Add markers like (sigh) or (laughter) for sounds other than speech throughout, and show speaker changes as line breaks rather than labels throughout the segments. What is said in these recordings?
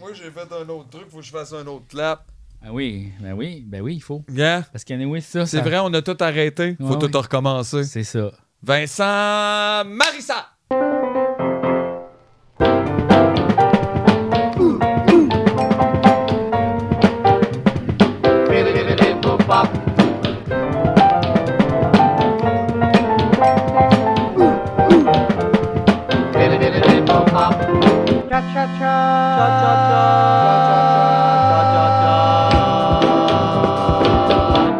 Moi, j'ai fait un autre truc, faut que je fasse un autre clap.
Ah oui, ben oui, ben oui, il faut.
Yeah.
Parce qu'il y en a, oui, ça.
C'est
ça-
vrai, on a tout arrêté. Faut
Ouais,
tout
ouais.
recommencer.
C'est ça.
Vincent Marissa!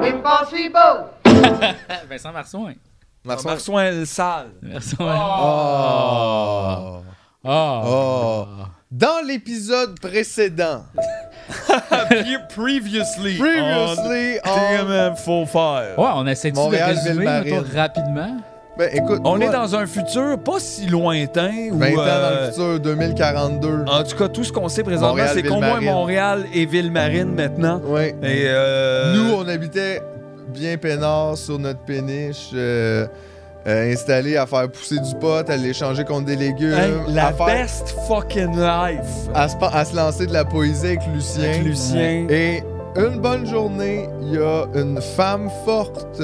Impossible!
Ah, Vincent hein. Marsoin.
Marsoin. le (laughs) sale.
Marsoin.
Oh.
Ah.
Oh. Dans l'épisode précédent,
Ah, Previously.
previously on...
faux faire.
Ouais, on essaie de
Montréal,
résumer
Ville-Marie.
mettons, rapidement. (laughs)
Ben écoute,
On est
moi,
dans un futur pas si lointain. Ou,
20 ans dans
euh,
le futur, 2042.
En tout cas, tout ce qu'on sait présentement,
Montréal,
c'est qu'au moins
Ville-Marine.
Montréal et Ville-Marine maintenant.
Ouais.
Et euh,
Nous, on habitait bien peinard sur notre péniche, euh, euh, installé à faire pousser du pot, à l'échanger contre des légumes,
hey, la
à, faire-
best fucking life.
à se, pa- à se lancer de la poésie avec Lucien.
Avec Lucien.
Et une bonne journée, il y a une femme forte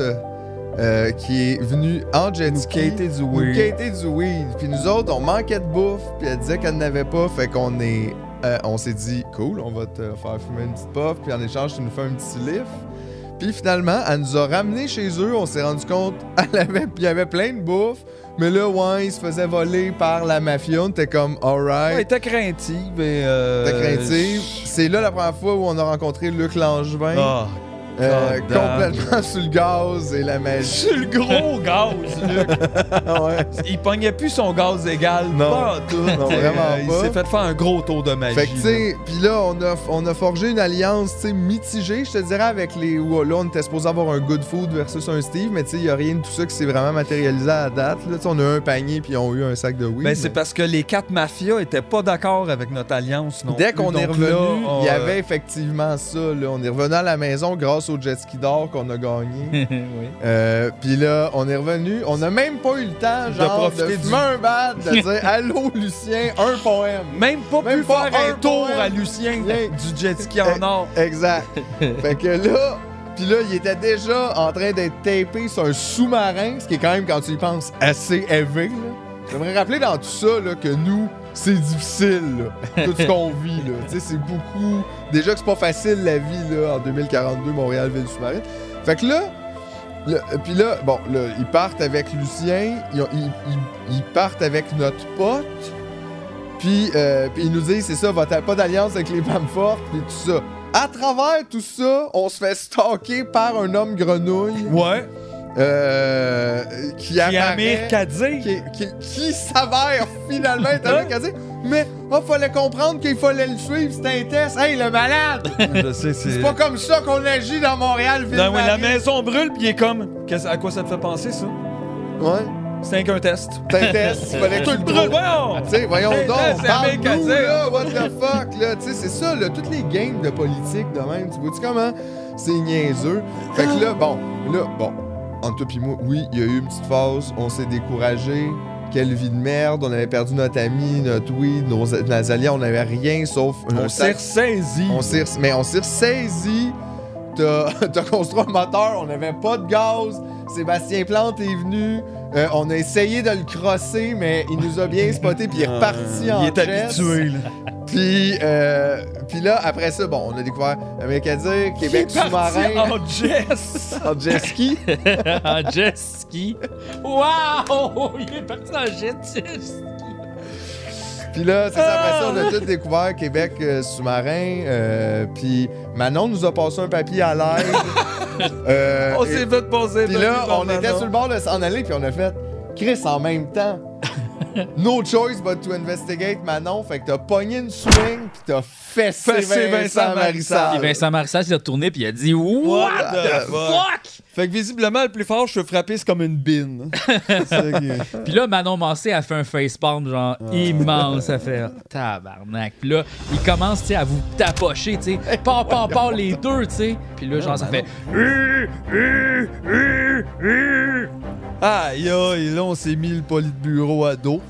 euh, qui est venue en jet
Nous
ski.
quêter du
Nous
weed.
quêter du weed. Puis nous autres, on manquait de bouffe, puis elle disait qu'elle n'avait pas, fait qu'on est... euh, on s'est dit, cool, on va te faire fumer une petite puff, puis en échange, tu nous fais un petit lift. Puis finalement, elle nous a ramenés chez eux, on s'est rendu compte, (laughs) elle avait, il y avait plein de bouffe, mais là, ouais, ils se faisaient voler par la mafia, on était comme, alright.
Ouais, t'es craintive et. Euh,
T'as craintif. C'est là la première fois où on a rencontré Luc Langevin.
Ah,
euh,
God damn.
complètement sur le gaz et la magie.
C'est le Ah. gros gaz, Luc.
ouais.
Il pognait plus son gaz égal.
Non.
Pas en tout.
Non,
Euh,
vraiment
Il
pas.
s'est fait faire un gros tour de magie.
Fait que, tu sais, puis là, on a, on a forgé une alliance, tu sais, mitigée, je te dirais, avec les. où, Là, on était supposé avoir un Good Food versus un Steve, mais tu sais, il y a rien de tout ça qui s'est vraiment matérialisé à la date. Là, Tu sais, on a eu un panier, puis on a eu un sac de weed.
Ben, c'est parce que les quatre mafias étaient pas d'accord avec notre alliance non
Dès
plus.
qu'on est
Donc
revenu,
là, on,
il y
euh,
avait effectivement ça. Là. On est revenu à la maison grâce au jet ski d'or qu'on a gagné.
oui.
Euh, Puis là, on est revenu. On n'a même pas eu le temps,
De
genre, de,
profiter du-
fumer un bad,
(laughs)
de dire Allô, Lucien, un poème.
Même pas
Même
pu
pas
faire un
un
tour
point.
à Lucien (laughs)
Rien.
du jet ski en or.
Exact. fait que là, puis là, il était déjà en train d'être tapé sur un sous-marin, ce qui est quand même, quand tu y penses, assez élevé. là. J'aimerais rappeler dans tout ça là, que nous, c'est difficile, là, tout ce qu'on vit. là. Tu sais, c'est beaucoup. Déjà que c'est pas facile la vie là, en 2042, Montréal-Ville-sous-Marine. Fait que là, le- puis là, bon, là, ils partent avec Lucien, ils, ont- ils- ils- ils partent avec notre pote, puis, euh, puis ils nous disent, c'est ça, votre pas d'alliance avec les femmes fortes, puis tout ça. À travers tout ça, on se fait stalker par un homme grenouille
Ouais.
euh, qui
Puis Amir
apparaît,
Kadir.
qui, qui- qui s'avère finalement être un Kadir. Mais il fallait comprendre qu'il fallait le suivre, c'était un test. Hey, le malade!
Je sais,
C'est pas comme ça qu'on agit dans Montréal, ville
Non, ouais, la maison brûle, puis il est comme. Qu'est-ce- à quoi ça te fait penser, ça?
Ouais,
C'est qu'un test.
c'est un test, il fallait que tu le
Brûle,
trouves.
voyons!
Ah, Tu sais, voyons
Hey,
donc,
là, c'est
parle-nous,
avec à dire.
là, what the fuck, là, tu sais, c'est ça, là, toutes les games de politique de même, tu vois-tu comment c'est niaiseux? Fait que là, bon, là, bon, entre toi pis moi, oui, il y a eu une petite phase, on s'est découragé, quelle vie de merde, on avait perdu notre ami, notre weed, nos, nos alliés, on n'avait rien sauf
On
un
s'est
sac
ressaisi.
on s'est res- mais on s'est ressaisi. T'as (laughs) t'as construit un moteur, on n'avait pas de gaz. Sébastien Plante est venu. euh, on a essayé de le crosser, mais il nous a bien spoté, puis il est reparti
Ah,
en
Il est
chess.
habitué, là.
Puis, euh, puis là, après ça, bon, on a découvert Amérique à dire, Québec
Il est parti
(laughs) sous-marin,
En (laughs) jazz.
en jet ski.
(laughs) en jet ski. Waouh! Il est parti en jet ski.
Puis là, c'est ça, après ça, on a tout découvert Québec euh, sous-marin. euh, puis Manon nous a passé un papier à l'aide.
(laughs)
Euh,
On
et-
s'est fait passer.
Puis
dessus
là,
par
on était
Manon.
sur le bord de s'en aller, puis on a fait Chris en même
(laughs)
temps. No choice but to investigate Manon. Fait que t'as pogné une swing, puis t'as fessé,
Fessé
Vincent,
Vincent
Marissal.
Puis Vincent Marçal s'est retourné puis il a dit What
What
the
the
fuck?
Fait que visiblement, le plus fort, je suis frappé, c'est comme une
(laughs)
bine. C'est ça qui est-
Puis là, Manon Massé a fait un facepalm genre
Ah.
immense. Ça fait tabarnak. Puis là, il commence tu sais, à vous tapocher, tu sais. Par, par, par les deux, tu sais. Puis
Ah,
là, genre, ça fait
(laughs) Aïe, aïe, là, on s'est mis le poli de bureau à dos.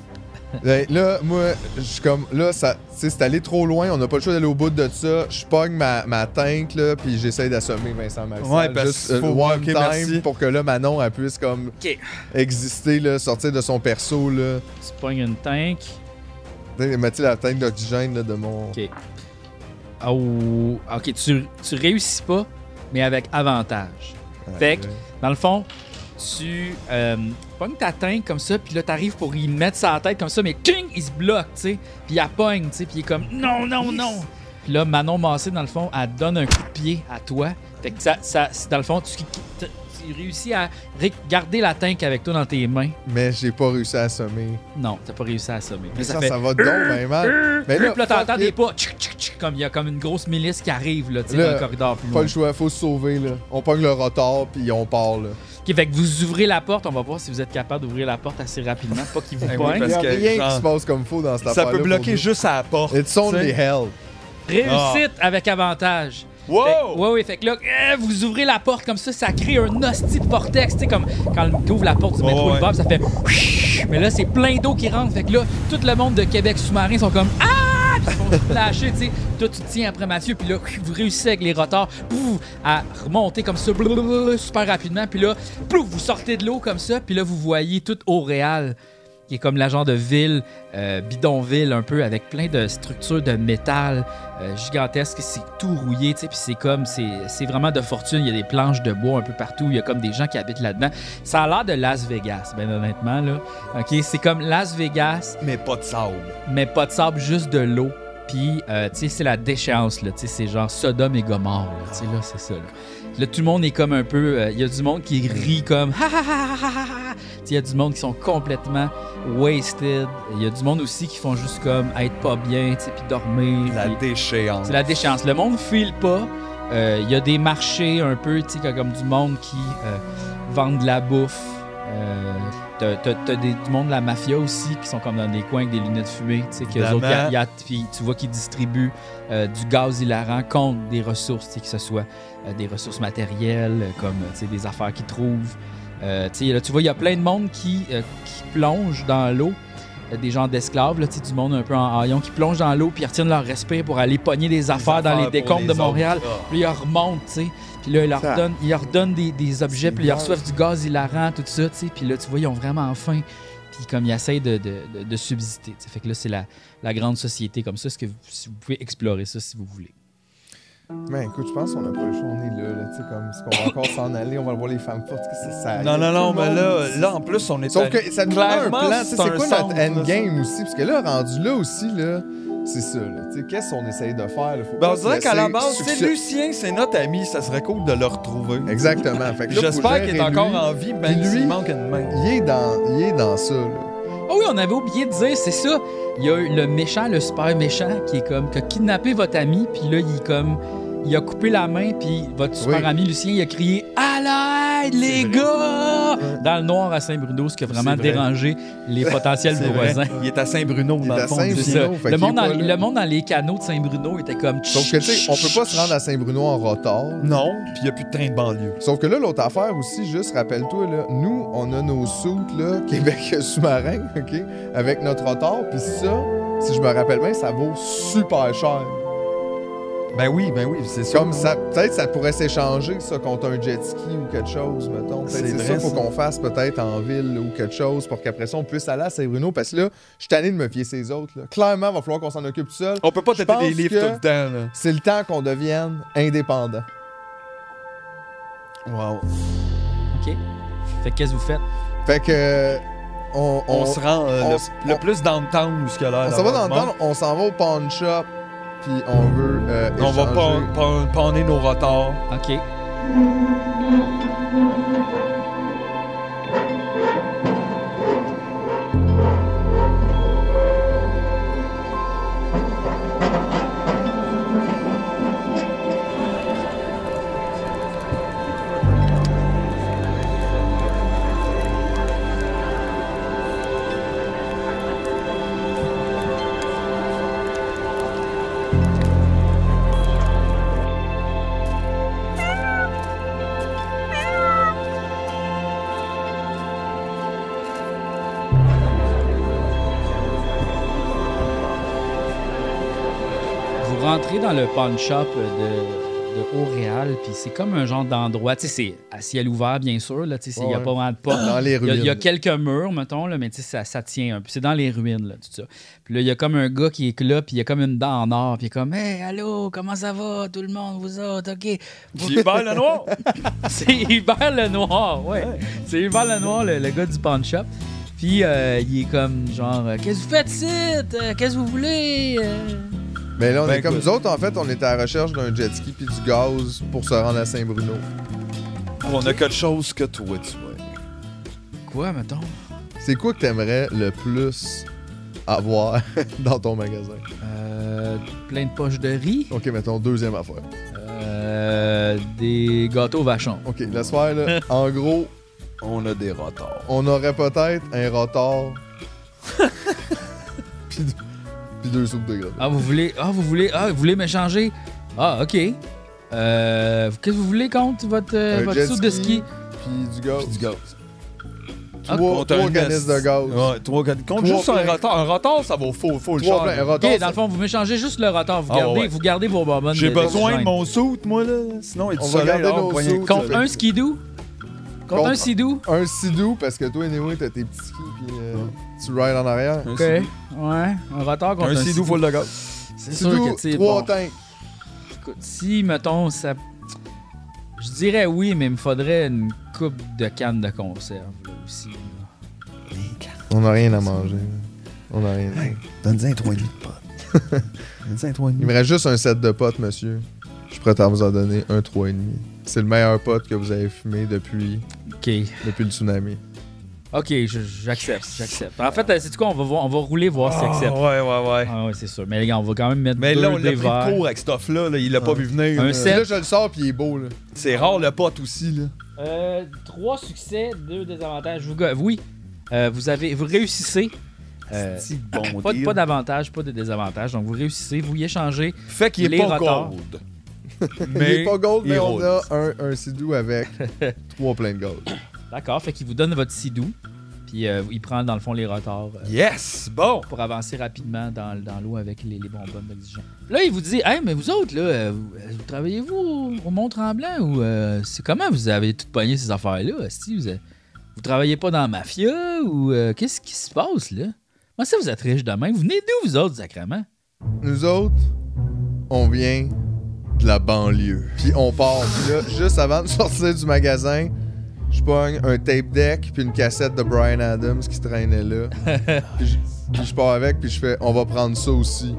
Là, Ben, là, moi, je suis comme, là, ça, tu sais, c'est allé trop loin, on n'a pas le choix d'aller au bout de ça. Je pogne ma, ma teinte, là, puis j'essaie d'assommer Vincent Maxime.
Ouais, parce qu'il faut-
one
ok,
time
merci.
pour que là, Manon, elle puisse, comme,
Ok.
exister, là, sortir de son perso, là.
Tu pognes une tank.
Mets-tu la teinte d'oxygène, là, de mon.
Ok. Oh, ok, tu, tu réussis pas, mais avec avantage.
Ouais,
Fait
là.
que, dans le fond, tu euh, pognes ta teinte comme ça, puis là, t'arrives pour y mettre sa tête comme ça, mais king, il se bloque, tu sais. Puis il la pogne, tu sais, puis il est comme non, non, non. Puis là, Manon Massé, dans le fond, elle donne un coup de pied à toi. Fait que ça, ça c'est- dans le fond, tu, tu- tu réussis à ré- garder la teinte avec toi dans tes mains.
Mais j'ai pas réussi à assommer.
Non, t'as pas réussi à assommer. Mais
ça,
ça fait.
ça va donc, ben mal. Mais
Puis
là,
là, t'entends
fuck
des
it.
pas, tchic, tchic, tchic, comme il y a comme une grosse milice qui arrive là, tu sais,
Là,
dans le corridor plus
Pas
loin.
le choix, faut se sauver, là. On pogne le rotor, puis on part, là.
Ok, fait que vous ouvrez la porte, on va voir si vous êtes capable d'ouvrir la porte assez rapidement, pas qu'il vous
Eh oui,
poigne.
Il y
Parce
a
que,
rien
genre,
qui se passe comme faut dans cette
Ça
affaire-là.
peut
pour
bloquer
nous.
juste à la porte.
It's only
tu sais.
hell.
Réussite avec avantage.
Wow!
Fait- ouais, ouais, fait que là, euh, vous ouvrez la porte comme ça, ça crée un hostie de vortex. Tu sais, comme quand tu ouvres la porte du métro
Ouais, ouais.
Libre, ça fait. Mais là, c'est plein d'eau qui rentre. Fait que là, tout le monde de Québec sous-marin sont comme. Ah! Puis ils se font flasher, tu sais. Toi, tu te tiens après Mathieu, puis là, vous réussissez avec les rotors pouf, à remonter comme ça, blablabla, super rapidement. Puis là, plouf, vous sortez de l'eau comme ça, puis là, vous voyez tout Auréal qui est comme la genre de ville, euh, bidonville un peu, avec plein de structures de métal euh, gigantesques. C'est tout rouillé, tu sais, puis c'est comme, c'est c'est vraiment de fortune. Il y a des planches de bois un peu partout. Il y a comme des gens qui habitent là-dedans. Ça a l'air de Las Vegas, ben honnêtement, là. OK, c'est comme Las Vegas,
Mais pas de sable.
mais pas de sable, juste de l'eau. Puis, euh, tu sais, c'est la déchéance, là. Tu sais, c'est genre Sodome et Gomorre, là. Tu sais, là, c'est ça, là. Là, tout le monde est comme un peu. euh, Il y a du monde qui rit comme. Ha, ha, ha, ha, ha, ha. Tu sais, Il y a du monde qui sont complètement wasted. Il y a du monde aussi qui font juste comme être pas bien, tu sais, puis dormir.
La
puis-
déchéance.
c'est la déchéance. Le monde file pas. Euh, Il y a des marchés un peu, tu sais, qu'il y a comme du monde qui euh, vendent de la bouffe. Euh, t'as- T'as t'as des- du monde de la mafia aussi qui sont comme dans des coins avec des lunettes fumées, tu sais, qu'eux
Évidemment.
autres, y a- y a- puis tu vois qu'ils distribuent euh, du gaz hilarant contre des ressources, tu sais, que ce soit euh, des ressources matérielles, euh, comme tu sais, des affaires qu'ils trouvent. Euh, tu sais, là, tu vois, il y a plein de monde qui, euh, qui plonge dans l'eau, Euh, des gens d'esclaves, là, tu sais, du monde un peu en haillon, qui plonge dans l'eau, puis ils retiennent leur respect pour aller pogner des affaires, dans les
pour
décombres de
autres.
Montréal.
Ah.
Puis ils remontent, tu sais. Puis là, ils leur
Ça-
donnent, ils leur donnent des, des objets, puis ils leur
gaz.
reçoivent du gaz hilarant, tout ça, tu sais. Puis là, tu vois, ils ont vraiment faim. Puis comme ils essayent de, de- de- de subsister. tu sais. Fait que là, c'est la, la grande société comme ça. Est-ce que vous, si vous pouvez explorer ça si vous voulez?
Mais écoute, je pense qu'on a pas le choix, on est là, là tu sais, comme, est-ce qu'on va encore s'en aller, on va voir les femmes fortes, que c'est ça.
Ah. Non, non, non,
Tout le
mais
monde-
là, là, en plus, on est
Sauf
allé-
que ça nous prend un
Clairement,
plan, tu sais, c'est
un
quoi notre
centre, là,
endgame aussi, parce que là, rendu là aussi, là, c'est ça, là, tu sais, qu'est-ce qu'on essaye de faire, là, faut
Ben,
pas
on
se
dirait qu'à la
laisser
base, c'est
succès-
Lucien, c'est notre ami, ça serait cool de le retrouver.
Exactement, fait que là, faut
J'espère qu'il est
gérer lui.
encore en vie, même
Puis lui-
s'il manque une main.
Il est dans, il est dans ça, là.
Ah oui, on avait oublié de dire, c'est ça. Il y a eu le méchant, le super méchant, qui est comme, qui a kidnappé votre ami, puis là, il est comme, il a coupé la main, puis votre super
Oui.
ami Lucien, il a crié À l'aide, les
vrai.
gars!
Ouais.
Dans le noir à Saint-Bruno, ce qui a vraiment
C'est vrai.
dérangé les
(laughs)
potentiels
C'est vrai.
voisins.
Il est à Saint-Bruno,
Il
dans
est
le
à
fond.
Saint-
C'est
Bruno,
ça.
fait
Le
qu'il
monde,
est
dans,
pas là.
le monde dans les canaux de Saint-Bruno était comme.
Sauf que, tu sais, on peut pas se rendre à Saint-Bruno en retard.
Non, puis il n'y a plus de train de banlieue.
Sauf que là, l'autre affaire aussi, juste rappelle-toi, là, nous, on a nos soutes, là, (laughs) Québec sous-marin, OK, avec notre rotor, puis ça, si je me rappelle bien, ça vaut super cher.
Ben oui, ben oui, c'est ça.
Comme ça, peut-être ça pourrait s'échanger, ça, contre un jet ski ou quelque chose, mettons. Peut-être
C'est
C'est
vrai,
ça qu'il faut
ça.
qu'on fasse, peut-être en ville ou quelque chose, pour qu'après ça, on puisse aller à Saint-Bruno, parce que là, je suis tanné de me fier ces autres, là. Clairement, il va falloir qu'on s'en occupe tout seul.
On peut pas
Je
têter des
pense
livres
que-
tout le temps, là.
C'est le temps qu'on devienne indépendant.
Wow.
OK. Fait que qu'est-ce que vous faites?
Fait que. euh, On,
On, se rend euh,
on
le,
s-
le
on-
plus downtown où ce que là.
On s'en va dans le temps, on s'en va au pawn shop, puis on veut euh,
On va
échanger.
pan- pan- panner nos retards.
OK.
Meow.
rentré dans le pawn shop de, de Auréal, puis c'est comme un genre d'endroit, tu sais, c'est à ciel ouvert, bien sûr, là, tu sais, il n'y a
Ouais.
pas vraiment de porte.
Dans les
Il y a-
ruines.
il y, a quelques murs, mettons, là, mais tu sais, ça, ça tient un peu. C'est dans les ruines, là, tout ça. Puis là, il y a comme un gars qui est là, puis il y a comme une dent en or, puis il est comme Hey, allô, comment ça va, tout le monde, vous autres, OK.
Gilbert Lenoir!
(laughs) C'est Hubert Lenoir, ouais. C'est Hubert Lenoir, le, le gars du pawn shop. Puis euh, il est comme genre euh, Qu'est-ce que vous faites ici Euh, Qu'est-ce que vous voulez Euh,
Mais là, on
Ben,
est comme
écoute.
nous autres, en fait, on était à la recherche d'un jet ski puis du gaz pour se rendre à Saint-Bruno.
On a quelque chose que toi, tu vois.
Quoi, mettons
C'est quoi que t'aimerais le plus avoir (laughs) dans ton magasin?
Euh, Plein de poches de riz
Ok, mettons, deuxième affaire.
Euh, Des gâteaux vachons.
Ok, laisse
(laughs)
faire, là. en gros,
On a des retards.
on aurait peut-être un
(laughs)
rotor. puis, deux- puis deux soupes de gravy.
Ah, vous voulez. Ah, vous voulez. Ah, vous voulez m'échanger? Ah, OK. Euh, Qu'est-ce que vous voulez contre votre, euh,
Un
votre
jet
soupe de ski?
Puis du gaz.
Puis du gaz.
Ah,
Trois,
Contre
trois
un
canisses
est-
de gaz.
Ouais, trois canisses. Compte
Trois
juste un
pleins.
retard. Un retard, ça vaut faux, faux le
Trois
char,
pleins. Un
là.
rotor,
OK, dans le fond, vous m'échangez juste le rotor. Vous
Ah,
gardez,
ouais.
vous gardez vos bonbonnes.
J'ai
de-
besoin
de-
de mon soute, moi, là. Sinon, il y a du
On va
soleil.
garder
dehors,
nos
poignée de
soutes,
coupe.
Contre un skidou? Contre
Contre-
un skidou?
un sidou parce que toi, anyway, t'as tes petits skis puis euh, tu rides en arrière.
Un
OK.
sidou.
Ouais, un retard contre un,
Un sidou full de gaz.
C'est sûr
Sidou,
que, tu sais,
trois
bon,
tanks.
écoute, si, mettons, ça... Je dirais oui, mais il me faudrait une coupe de canne de conserve, là, aussi. là.
On n'a rien à manger. là. On n'a rien.
Donne-en un 3 litres de potes.
(laughs)
Donne-en un 3
Il me reste juste un set de potes, monsieur. Je suis prêt à vous en donner un 3,5. C'est le meilleur pote que vous avez fumé depuis,
OK.
depuis le tsunami.
OK, je- j'accepte, j'accepte. En fait, euh, c'est du quoi, on va, voir- on va rouler, voir si
Ah,
j'accepte.
Ouais, ouais, ouais.
Ah ouais, c'est sûr. Mais les gars, on va quand même mettre
Mais
deux
là, on l'a
des
pris de
verres.
court avec ce stuff-là. là. Il l'a pas vu venir.
Un
là.
set.
Puis Euh, là, je le sors, puis il est beau, là.
C'est rare le pote aussi, là.
Euh, trois succès, deux désavantages. Vous, ga- oui, euh, vous, avez, vous réussissez. Euh,
C'est bon
pas,
deal.
pas d'avantages, pas de désavantages. Donc, vous réussissez, vous
(laughs)
y échangez.
Fait qu'il est
Les
pas
retards.
gold.
il est pas gold, mais
il
on
roule.
a un, un
(laughs)
sidou avec trois pleins de gold.
D'accord, fait qu'il vous donne votre sidou. Puis, euh, il prend, dans le fond, les retards. euh,
Yes, bon.
pour avancer rapidement dans, dans l'eau avec les, les bonbonnes d'oxygène. Là, il vous dit Hey, mais vous autres, là, euh, vous, euh, vous travaillez-vous au, au Mont-Tremblant ou euh, c'est comment vous avez tout pogné ces affaires-là Si vous, euh, vous travaillez pas dans la mafia ou euh, qu'est-ce qui se passe, là Moi, ça vous êtes riche demain. Vous venez d'où, vous autres, sacrément
Nous autres, on vient de la banlieue. Puis on part. Puis là, juste avant de (laughs) sortir du magasin, je pogne un tape deck puis une cassette de Brian Adams qui
(laughs)
traînait là. puis, je, puis je pars avec, puis je fais on va prendre ça aussi.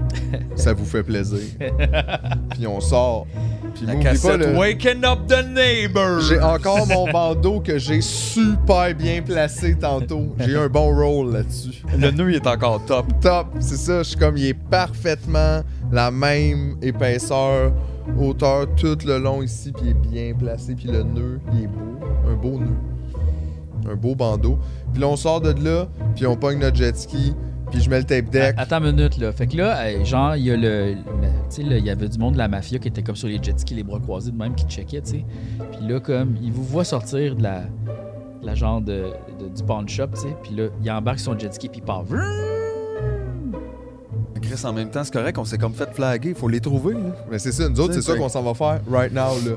Ça vous
(laughs)
fait plaisir. puis on sort. Puis
La
m'oublie pas,
cassette
là,
Waking Up the Neighbor.
J'ai encore mon bandeau que j'ai super bien placé tantôt. J'ai eu un bon roll là-dessus
Le nœud il est encore top.
top. C'est ça, je suis comme, il est parfaitement la même épaisseur, hauteur tout le long ici, puis il est bien placé, puis le nœud, il est beau. Un beau nœud. Un beau bandeau. Puis là, on sort de là, puis on pogne notre jet ski, puis je mets le tape deck.
Attends une minute, là. Fait que là, euh, genre, il y a le. le- Tu sais, là, il y avait du monde de la mafia qui était comme sur les jet skis, les bras croisés, de même qui checkait, tu sais. Puis là, comme, il vous voit sortir de la. de la genre de, de- du pawn shop, tu sais. Puis là, il embarque son jet ski, puis il part. Vroom!
Chris, en même temps, c'est correct, on s'est comme fait flaguer. Faut les trouver, là.
Mais c'est ça, nous autres, c'est ça qu'on s'en va faire right now, là.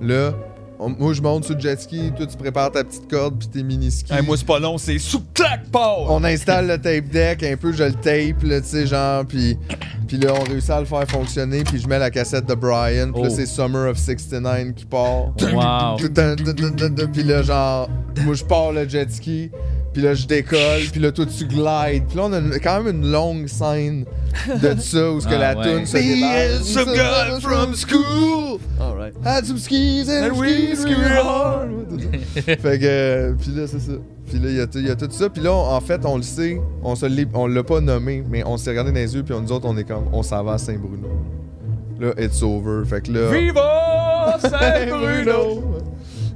Là, on- moi, je monte sur le jet ski, toi, tu prépares ta petite corde, puis tes mini-skis.
Hey, moi, c'est pas long, c'est sous clac part.
on installe le tape deck, un peu je le tape, là, tu sais, genre, puis puis là, on réussit à le faire fonctionner, puis je mets la cassette de Brian, puis là,
Oh.
c'est Summer of 69 qui part.
Wow!
Tout un- tout- tout- tout- tout- (laughs) Puis là, genre, moi, je pars le jet ski, puis là, je décolle, puis là, toi, tu glides. Puis là, on a une- quand même une longue scène de ça, où ce que
Ah,
la
ouais.
toune se déballe.
some guy from
school
Alright.
had some skis and
And we
we ski
ski
hard. (laughs) fait que, euh, puis là, c'est ça. Puis là, il y a tout- il y, a tout ça. Puis là, on- en fait, on le sait, on se l'est- on l'a pas nommé, mais on s'est regardé dans les yeux, puis on, nous autres, on est comme, on s'en va à Saint-Bruno. Là, it's over. Fait que là. (laughs)
Viva Saint-Bruno!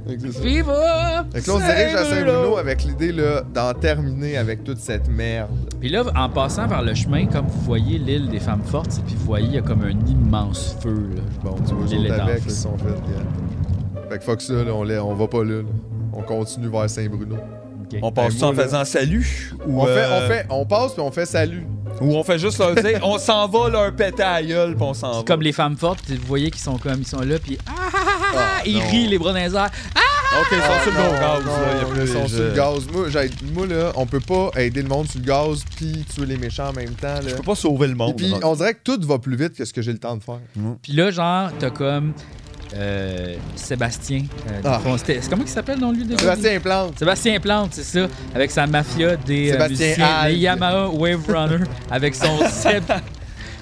Fait que c'est ça.
Viva!
Fait que là, on se dirige à Saint-Bruno avec l'idée là, d'en terminer avec toute cette merde.
Puis là, en passant vers le chemin, comme vous voyez l'île des femmes fortes, puis vous voyez, il y a comme un immense feu, là.
Bon, tu vois,
Les
les autres
lézards.
avec, ils sont faits. yeah. Fait que fuck ça, là, on, l'a- on va pas là, là. On continue vers Saint-Bruno.
OK.
On passe
Hey,
ça en
moi, là.
faisant salut ou.
On, fait,
euh,
on, fait, on passe puis on fait salut.
Ou on fait juste leur dire, on s'en va leur péter à la gueule, puis on s'en va.
C'est comme les femmes fortes, vous voyez qu'ils sont comme ils sont là, puis ah, ah, ah, ah, ils rient les bras dans les airs.
Ok, ils sont sur le
Ah, non,
bon gaz,
non,
là. Il y a
non,
plus
ils
les
sont sur le
jeux.
gaz. Moi, j'aide- moi, là, on peut pas aider le monde sur le gaz puis tuer les méchants en même temps.
Je
Là.
peux pas sauver le
Et
monde.
puis,
genre.
on dirait que tout va plus vite que ce que j'ai le temps de faire.
Puis là, genre, t'as comme euh, Sébastien. euh,
Ah.
fond, c'était- c'est comment il s'appelle dans lui déjà?
Sébastien Plante.
Sébastien Plante, c'est ça, avec sa mafia des euh,
Sébastien
musiciens, les
Hague.
Yamaha Wave
(laughs)
Runner, avec son Seb.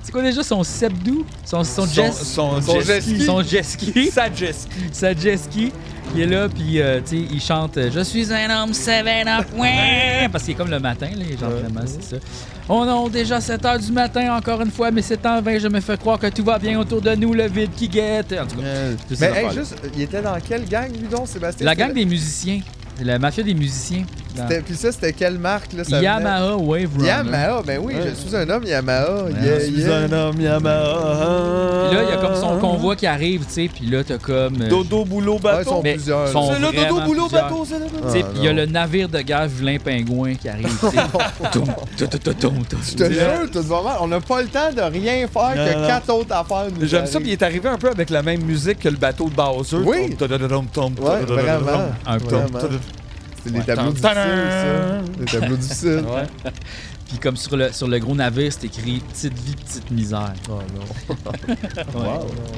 C'est quoi déjà son Sebdou? Son, son,
Son-
jet-
son
son
jet
jet
ski.
son jet ski?
Sa jet ski.
sa jet ski. Il est là, puis euh, tu sais, il chante euh, Je suis un homme, 7
(laughs)
up, ouais! Parce qu'il est comme le matin, là, genre vraiment, c'est ça. On a déjà 7 heures du matin, encore une fois, mais c'est en vain, je me fais croire que tout va bien autour de nous, le vide qui guette. En tout cas, toutes ces
Mais hey,
affaires-là.
juste, il était dans quelle gang, lui, donc, Sébastien?
la
C'était-
gang des musiciens, la mafia des musiciens. dans
c'était- Puis ça, c'était quelle marque, là? Ça venait?
Yamaha Wave Runner.
Yamaha, ben oui, je suis un homme Yamaha. Yeah,
Je suis
yeah.
un homme Yamaha.
Puis là, il y a comme son convoi qui arrive, tu sais, puis là, t'as comme. euh,
Dodo, boulot,
Ouais, ils
bateau.
sont
Mais
plusieurs. là.
sont-
C'est le dodo,
vraiment
boulot,
plusieurs.
bateau, c'est le dodo.
tu sais,
Ah,
puis il y a
non.
le navire de guerre vilain pingouin qui arrive. tu sais.
(laughs)
Toum, tou, tou, tou, toum, tou.
Je te jure, tout va mal. On n'a pas le temps de rien faire que
Non, non.
quatre autres affaires nous
J'aime ça, puis il
arrivent.
est arrivé un peu avec la même musique que le bateau de Bowser.
Oui.
Tom, tom, tom,
Ouais,
tom, tom,
vraiment.
Un
tom, tom,
Vraiment.
tom, tom.
C'est les
Ouais.
tableaux difficiles, ça.
Tadam!
Les tableaux difficiles.
Puis comme sur le, sur le gros navire, c'est écrit Petite vie, petite misère.
Ah,
Oh non.
Ouais.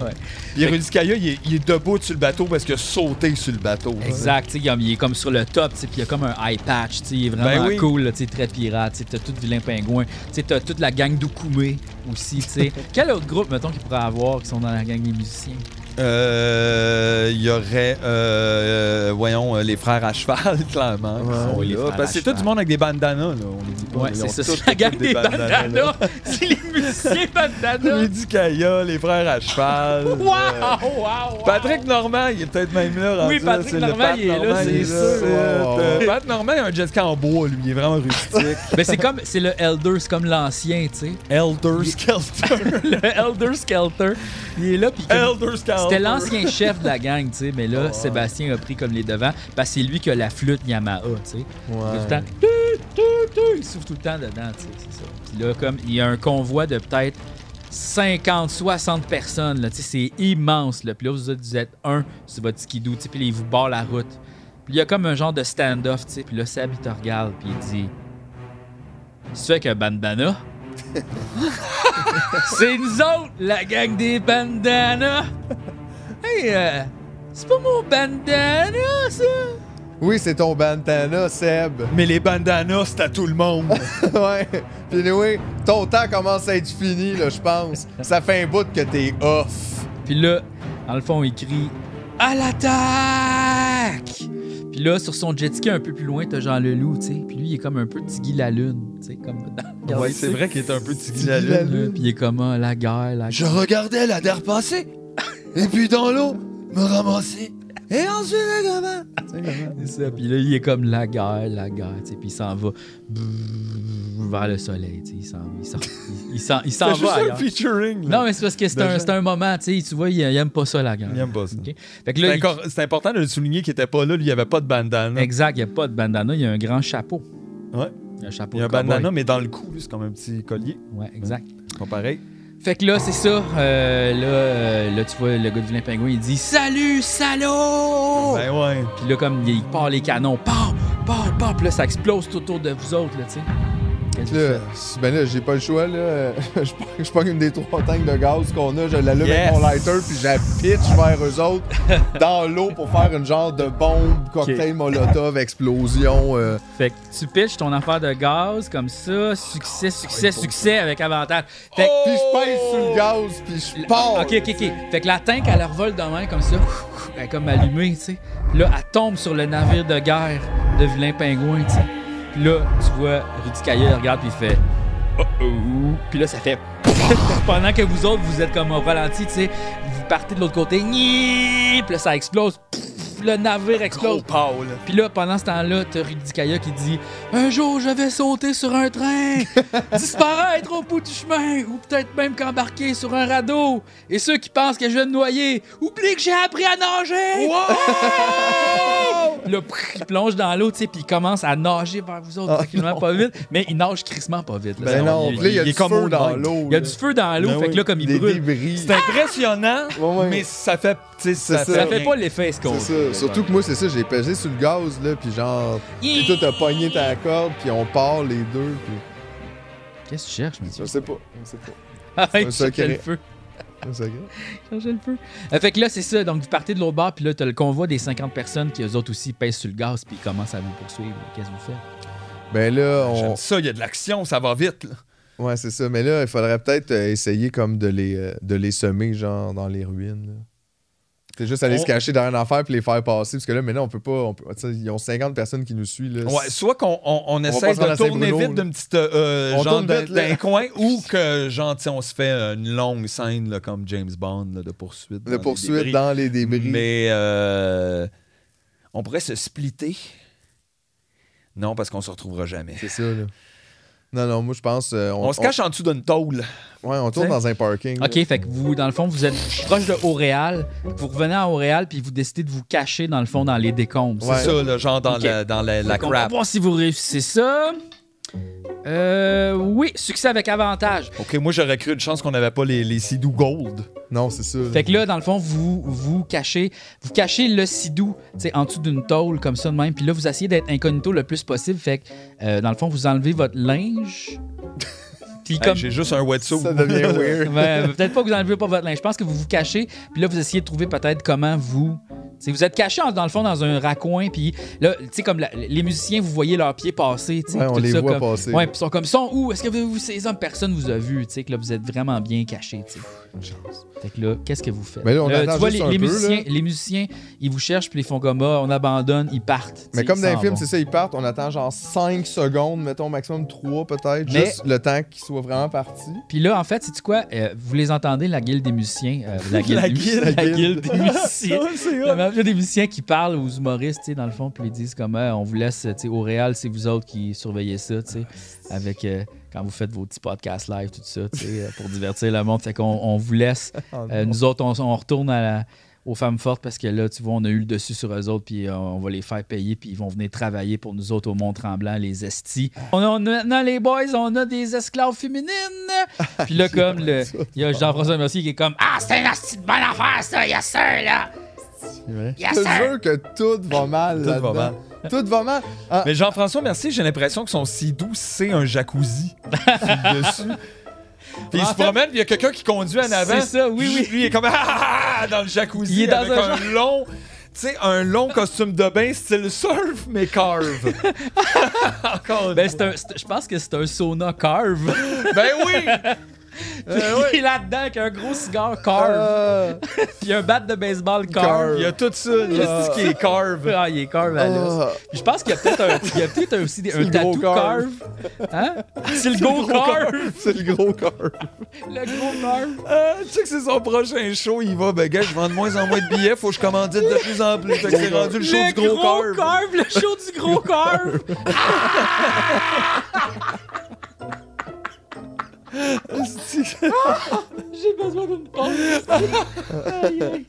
Ouais.
Puis Rudiskaya, il est, il est debout sur le bateau parce qu'il a sauté sur le bateau.
Exact. tu sais, Il est comme sur le top, tu sais, puis il y a comme un eye patch. tu sais, Il est vraiment
Ben oui.
cool, là, tu sais, très pirate. tu sais, T'as tout vilain pingouin. tu sais, T'as toute la gang d'Oukoumé aussi. tu
(laughs)
sais. Quel autre groupe, mettons, qu'il pourrait avoir qui sont dans la gang des musiciens
Euh, Il y aurait, euh, euh, voyons, euh, les frères à cheval, (laughs) clairement. qui sont
Ouais, les
là.
frères
Parce
à
que c'est tout
cheval.
du monde avec des bandanas, là. On les dit pas.
Ouais,
mais ils
c'est
ont
ça.
tous-
C'est la gang
tous (laughs)
des bandanas. (laughs) C'est les musiciens bandanas.
Rudiskaya, les frères à cheval.
(laughs) Wow! Wow! wow.
Patrick Normand, il est peut-être même là. rendu
Oui, Patrick
c'est le
Normand,
Pat
il est là,
Normand,
c'est
il est
sûr.
c'est, euh,
Ouais.
Pat Normand, il a un jet ski en bois, lui. Il est vraiment rustique.
Ben, c'est comme, c'est le Elder, c'est comme l'ancien, tu sais.
(laughs)
(laughs)
Elder Skelter.
Le Elder Skelter. Il est là, puis
(laughs)
comme-
Elder Skelter.
C'était l'ancien chef de la gang, tu sais, mais là, Sébastien a pris comme les devants parce que c'est lui qui a la flûte Yamaha, tu sais. Il est Tout le temps, tu, tu, tu, il souffle tout le temps dedans, tu sais, c'est ça. Puis là, comme il y a un convoi de peut-être 50, 60 personnes, là, tu sais, c'est immense, là. Puis là, vous êtes, vous êtes un sur votre skidoo, tu sais, puis là, il vous barre la route. Puis il y a comme un genre de stand-off, tu sais, puis là, Seb, il te regarde, puis il dit Tu fais qu'un bandana C'est nous autres, la gang des bandanas Hey, euh, c'est pas mon bandana, ça
Oui, c'est ton
(laughs)
bandana, Seb.
Mais les bandanas, c'est à tout le monde.
ouais. Puis anyway, ton temps commence à être fini, là, je pense. Ça fait un bout que t'es off.
Puis là, dans le fond, il crie À l'attaque Puis là, sur son jet ski un peu plus loin, t'as Jean Leloup, tu sais. Puis lui, il est comme un peu Tiggy la Lune, tu sais, comme dans
ouais, c'est vrai qu'il est un peu tigre la
Tigre la
lune.
lune.
Puis il est comme Ah, la guerre, la
Je
guerre.
regardais la der passer. Et puis dans l'eau, me ramasser. Et ensuite, le gamin.
C'est ça. Puis là, il est comme la guerre, la guerre, tu sais. Puis il s'en va brrr, vers le soleil, tu sais. Il s'en il s'en- il- il s'en- il s'en
(laughs) C'est
va.
juste un
ailleurs.
featuring. là.
Non, mais c'est parce que c'est
De
un,
gens.
c'est un moment, tu sais. Tu vois, il, il aime pas ça, la guerre.
Ben, Il aime pas ça.
Ok. Fait que
C'est
là, il-
encore- C'est important de le souligner qu'il était pas là. Lui, il avait pas de bandana.
exact, il n'y a pas de bandana, il y a un grand chapeau.
Ouais.
Il y a un chapeau
Il y a un
de cowboy.
bandana, mais dans le cou, lui, c'est comme un petit collier.
Ouais, exact.
C'est pas pareil.
Fait que là, c'est ça. Euh, là, euh, là, tu vois, le gars de Vilain Pingouin, il dit Salut, salaud!
Ben ouais.
Puis là, comme il part les canons, pam, pam, pam, puis là, ça explose tout autour de vous autres, là, tu sais. Qu'est-ce que tu
Là,
fais?
c'est- ben là, j'ai pas le choix, là. (laughs) je prends- Je prends une des trois tanks de gaz qu'on a, je l'allume
Yes.
avec mon lighter, puis je la pitch vers eux autres
(laughs)
dans l'eau pour faire une genre de bombe, cocktail molotov, explosion. euh.
Fait que tu pitches ton affaire de gaz comme ça, succès, succès, succès avec avantage. Fait que. Oh!
Puis je pèse sur le gaz, puis je pars.
Ok, ok, ok. Fait que la tank, elle revole de main comme ça. Elle est comme allumée, tu sais. Là, elle tombe sur le navire de guerre de vilain pingouin, tu sais. Puis là, tu vois Rudy Caillé, il regarde, puis il fait Oh oh. Puis là, ça fait. (laughs) Pendant que vous autres, vous êtes comme au ralenti, tu sais. Vous partez de l'autre côté. Gni! Puis là, ça explose. Pff, Là, le navire
Gros
explose.
Paul.
Puis là, pendant ce temps-là, t'as Rudy Kaya qui dit Un jour, je vais sauter sur un
(laughs)
train, disparaître au bout du chemin, ou peut-être même qu'embarquer sur un radeau. Et ceux qui pensent que je vais me noyer, oublie que j'ai appris à nager. Puis (laughs) là, prrr, il plonge dans l'eau, tu sais, puis il commence à nager vers vous autres, tranquillement, pas vite. Mais il nage crissement pas vite. là.
Ah, Ben non,
il-
puis là, il y a
il est
du
comme
feu
au
dans
night.
l'eau.
Il y a
là.
du feu dans l'eau,
Ben
fait
oui.
que là, comme il
Des
brûle,
débris.
C'est impressionnant,
Ouais, ouais.
mais ça fait. tu sais, Ça,
C'est
fait
ça.
ça fait
rien.
pas l'effet, ce qu'on
C'est ça. Surtout que moi, c'est ça, j'ai pesé sur le gaz, là, puis genre, puis toi, t'as pogné ta corde, puis on part les deux, puis
Qu'est-ce que tu cherches, monsieur
je sais pas, je sais pas.
Ah,
un
il cherchait le
secret.
feu.
Je sais pas.
Changer le feu. Euh, fait que là, c'est ça. Donc, vous partez de l'autre bord, puis là, t'as le convoi des 50 personnes qui, eux autres aussi, pèsent sur le gaz, puis ils commencent à vous poursuivre. Qu'est-ce que vous faites?
Ben là, on...
J'aime ça, il y a de l'action, ça va vite. là.
ouais, c'est ça. Mais là, il faudrait peut-être euh, essayer comme de les, euh, de les semer, genre, dans les ruines. là. C'est juste aller
On-
se cacher derrière une affaire puis les faire passer. Parce que là, mais là, on peut pas. On peut... tu sais, Ils ont 50 personnes qui nous suivent. Là.
Ouais, soit qu'on on, on
va
essaie
pas se rendre
de
à Saint-Bruno,
tourner vite
là.
d'une petite euh,
On
genre
tourne
d'un
vite, là.
d'un coin ou que genre tu sais, on se fait euh, une longue scène là, comme James Bond là, de poursuite. dans
De
les
poursuite
débris.
dans les débris.
Mais euh, on pourrait se splitter. Non, parce qu'on se retrouvera jamais.
C'est ça, là. Non, non, moi, je pense. euh,
On, se cache en dessous d'une tôle.
Ouais, on tourne
Tu sais?
dans un parking. là.
OK, fait que vous, dans le fond, vous êtes proche de Auréal. Vous revenez à Auréal, puis vous décidez de vous cacher, dans le fond, dans les décombres.
C'est
Ouais.
ça, là, genre dans
Ok.
la, dans la, la
Fait qu'on va
crap.
voir si vous réussissez ça. Euh, oui, succès avec avantage.
Ok, moi j'aurais cru une chance qu'on n'avait pas les, les Sidou Gold.
Non, c'est ça. là.
Fait que là, dans le fond, vous vous cachez, vous cachez le sidou, tu sais, en dessous d'une tôle comme ça de même. Puis là, vous essayez d'être incognito le plus possible. Fait que euh, dans le fond, vous enlevez votre linge. (laughs) Puis
Hey,
comme
J'ai juste un wetsuit.
Ça devient
(laughs)
(laughs) weird.
Ben, peut-être pas que vous enlevez pas votre linge. Je pense que vous vous cachez, puis là, vous essayez de trouver peut-être comment vous. T'sais, vous êtes caché en- dans le fond dans un raccoin, puis là, tu sais, comme la- les musiciens, vous voyez leurs pieds passer. tu sais,
Ouais, on
tout
les
ça,
voit
comme-
passer.
Ouais, puis ils sont comme, sont où? Est-ce que vous, vous- ces hommes, personne vous a vu? Tu sais, que là, vous êtes vraiment bien caché. tu sais. Fait que là, qu'est-ce que vous faites?
Mais Ben là, on
Euh,
attend
tu vois,
juste
les,
un
les
peu,
musiciens,
là.
les musiciens, ils vous cherchent, puis ils font comme, ah, on abandonne, ils partent.
Mais comme dans les films, c'est
c'est
ça, ils partent, on attend genre 5 secondes, mettons maximum 3 peut-être,
Mais-
juste le temps qu'ils soient vraiment partis.
Puis là, en fait, c'est quoi? Euh, vous les entendez, la guilde des musiciens.
(laughs)
euh, la guilde,
La
des
guilde,
musiciens-
la
la
guilde.
guilde
Oh
des
(laughs)
musiciens. Non, mais Il y a des musiciens qui parlent aux humoristes, tu sais, dans le fond, puis ils disent comme euh, on vous laisse, tu sais, au Real, c'est vous autres qui surveillez ça, tu sais,
Ah,
avec euh, quand vous faites vos petits podcasts live, tout ça, tu
(laughs)
sais, euh, pour divertir le monde. Fait qu'on on vous laisse.
Ah,
Euh, nous autres, on, on retourne à la- aux femmes fortes parce que là, tu vois, on a eu le dessus sur eux autres, puis euh, on va les faire payer, puis ils vont venir travailler pour nous autres au Mont-Tremblant, les estis. On a, on a- non, les boys, on a des esclaves
(laughs)
féminines. Puis là, comme le, il y a Jean-François Mercier qui est comme Ah, c'est une asti de bonne affaire, ça, yes, sir, là.
Je
Yes,
te
sir.
jure que tout va mal.
Tout va
là-dedans.
mal.
Tout va mal. Ah,
(laughs) Mais Jean-François, merci. J'ai l'impression que son Sidou, c'est un
(laughs)
jacuzzi dessus. Puis il
En
se
fait,
promène, puis il y a quelqu'un qui conduit en avant.
C'est ça, oui,
Juste
oui.
Lui, il est comme ah, dans le jacuzzi.
Il est dans
avec
un
un, long. Tu sais, un long costume de bain style surf, mais
(laughs)
carve. Encore une
Ben, c'est un- c'est- je pense que c'est un sauna carve.
fois. Ben oui!
(laughs) il est là-dedans avec un gros cigare carve.
euh,
Puis un bat de baseball
Carve.
carve.
Il y a tout ça,
Euh.
là, ce qui est carve.
(laughs) Ah, il est carve à l'os.
ah.
Je pense qu'il y a peut-être un, il y a peut-être aussi des, un
le gros
tatou carve.
carve. (laughs)
Hein? C'est le gros carve.
C'est le gros corps.
Le gros carve.
Ah, tu sais que c'est son prochain show, il va, ben gars, je vends de moins en moins de billets, faut que je commandite de plus en plus. Fait que c'est rendu le show du gros, carve.
Le show
(laughs)
du gros carve. Ah! J'ai besoin d'une pause. Aïe, aïe.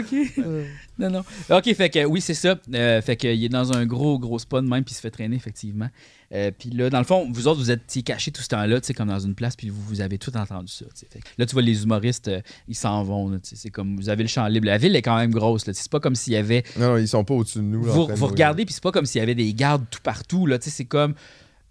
OK.
Euh.
Non, non. OK, fait que oui, c'est ça. Euh, fait qu'il est dans un gros, gros spawn même, puis il se fait traîner, effectivement. Euh, puis là, dans le fond, vous autres, vous étiez cachés tout ce temps-là, tu sais, comme dans une place, puis vous, vous avez tout entendu ça. tu sais. Fait que là, tu vois, les humoristes, euh, ils s'en vont. là, tu sais. C'est comme, vous avez le champ libre. La ville est quand même grosse. là, tu sais. C'est pas comme s'il y avait
Non, non, ils sont pas au-dessus de nous. là, en
vous,
train de
vous
mourir.
regardez, puis c'est pas comme s'il y avait des gardes tout partout. Là, tu sais, c'est comme.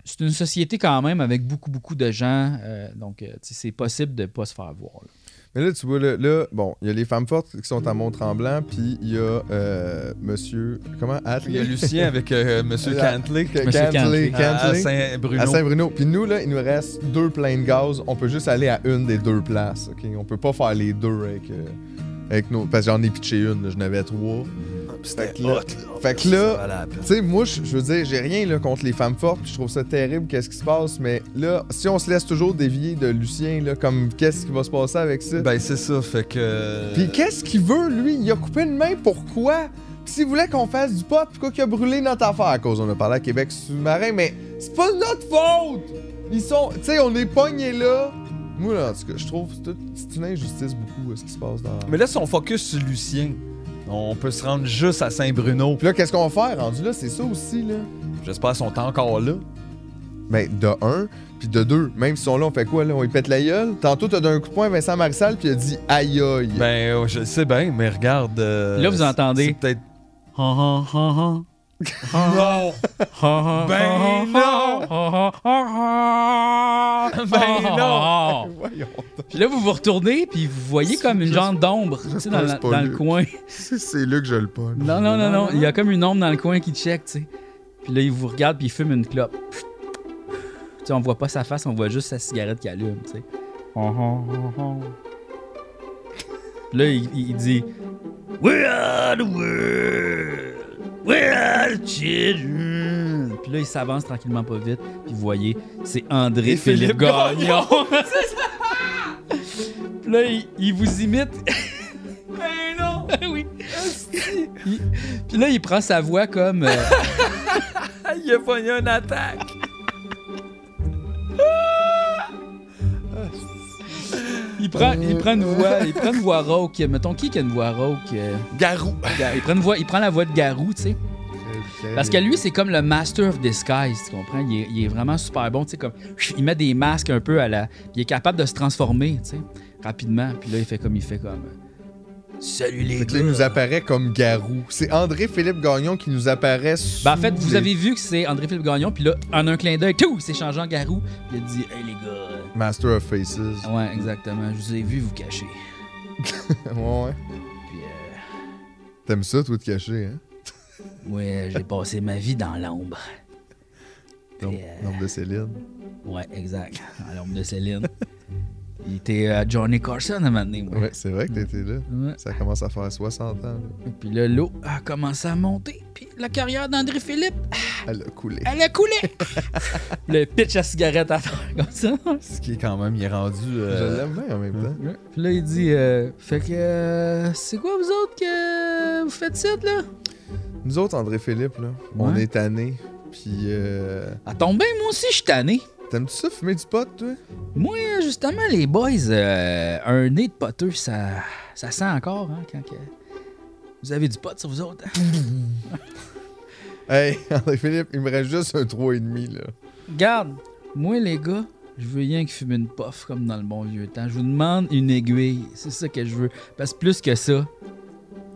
C'est une société quand même avec beaucoup, beaucoup de gens. euh, donc, euh, tu sais, c'est possible de pas se faire voir. là.
Mais là, tu vois, là, là, bon, il y a les femmes fortes qui sont à Mont-Tremblant, puis il y a euh, monsieur. Comment
Il y a
Atlee.
Lucien avec
(laughs)
euh, Monsieur
Ah,
Cantley Ah,
Cantley.
Monsieur Cantley.
(laughs) à
Cantley.
Saint-Bruno.
À Saint-Bruno. Puis nous, là, il nous reste deux plaines de gaz. On peut juste aller à une des deux places. OK? On peut pas faire les deux avec, euh, avec nos. Parce que j'en ai pitché une, là, je n'avais trois. Fait que là- Fait que là, tu sais, moi, je je veux dire, j'ai rien là, contre les femmes fortes. puis Je trouve ça terrible, qu'est-ce qui se passe. Mais là, si on se laisse toujours dévier de Lucien, là, comme qu'est-ce qui va se passer avec ça?
Ben c'est ça, fait que.
Puis qu'est-ce qu'il veut, lui? Il a coupé une main, pourquoi? s'ils voulaient qu'on fasse du pot, pourquoi qu'il a brûlé notre affaire à cause on a parlé à Québec sous-marin, mais c'est pas notre faute! Ils sont. Tu sais, on est pognés là. Moi, là, en tout cas, je trouve que c'est tout- c'est une injustice beaucoup euh, ce qui se passe dans.
Mais là, si on focus sur Lucien, on peut se rendre juste à Saint-Bruno.
Puis là, qu'est-ce qu'on va faire rendu là? C'est ça aussi, là.
J'espère qu'ils sont encore là.
Ben, de un, puis de deux, même si on là, on fait quoi, là? On y pète la gueule? Tantôt, t'as donné un coup de poing à Vincent Marissal, puis il a dit aïe aïe.
Ben, euh, je le sais bien, mais regarde. euh,
Là, vous
c'est-
entendez.
c'est Peut-être.
Non!
Ben Ben non.
(laughs) Voyons.
Puis là, vous vous retournez, puis vous voyez comme une
J'espère-
genre d'ombre tu sais, dans, la-
j'espère pas
dans le
lui.
coin.
C'est c'est là que je le pogne.
Non, non, non, non. Il y a comme une ombre dans le coin qui check, tu sais. Puis là, il vous regarde, puis il fume une clope. Tu sais, on voit pas sa face, on voit juste sa cigarette qui allume, tu sais. Puis là, il, il- il dit We are the world. We are the children. Puis là, il s'avance tranquillement, pas vite. Puis vous voyez, c'est André
Et
Philippe,
Philippe
Gagnon. (laughs) Puis là, il, il vous imite. Mais non! (laughs) oui. Il- Puis là, il prend sa voix comme. euh,
(laughs) Il a pogné une attaque.
il, prend, il prend
Euh.
une voix. Il prend une voix rauque. Mettons, qui qui a une voix rauque? euh,
Garou. Ah,
Ga- Il prend, une voix, il prend la voix de Garou, tu sais. Parce que lui, c'est comme le Master of Disguise, tu comprends? Il est, il est vraiment super bon, tu sais, comme... Il met des masques un peu à la... Il est capable de se transformer, tu sais, rapidement. Puis là, il fait comme il fait, comme... euh. Salut les
Fait que là,
gars!
il nous apparaît comme Garou. C'est André-Philippe Gagnon qui nous apparaît sous
Ben, en fait, vous
les-
avez vu que c'est André-Philippe Gagnon, puis là, en un clin d'œil, tout, c'est changé en Garou. Il a dit, hey les gars...
Master of Faces.
Ouais, exactement, je vous ai vu vous cacher. Ah
(laughs) ouais, ouais.
Puis, euh,
T'aimes ça, toi, te cacher, hein?
ouais, j'ai passé ma vie dans l'ombre. Puis,
Nom-
euh,
Nombre de Céline.
Ouais, exact. À l'ombre de Céline. Il était à Johnny Carson à un moment donné, moi.
Ouais, c'est vrai que t'étais là.
Ouais.
Ça commence à faire 60 ans, là.
Puis là, l'eau a commencé à monter. Puis la carrière d'André Philippe,
Elle a coulé.
elle a (laughs) coulé. le pitch à cigarette à terre, comme ça.
Ce qui est quand même, il est rendu.
Je
euh,
l'aime bien en même temps.
Puis là, il dit euh, Fait que, euh, c'est quoi vous autres que vous faites ça, là
Nous autres, André-Philippe, là, on
Mm. Ouais.
est tannés. Puis, euh,
Ah, tombe bien, moi aussi, je suis tanné.
t'aimes-tu ça, fumer du pot, toi?
Moi, justement, les boys, euh, un nez de poteux, ça, ça sent encore, hein, quand que. Vous avez du pot sur vous autres. hein?
Hey, (laughs) André-Philippe, il me reste juste un 3,5, là. (laughs)
Garde, moi, les gars, je veux rien que fumer une puff comme dans le bon vieux temps. Je vous demande une aiguille. C'est ça que je veux. Parce que plus que ça,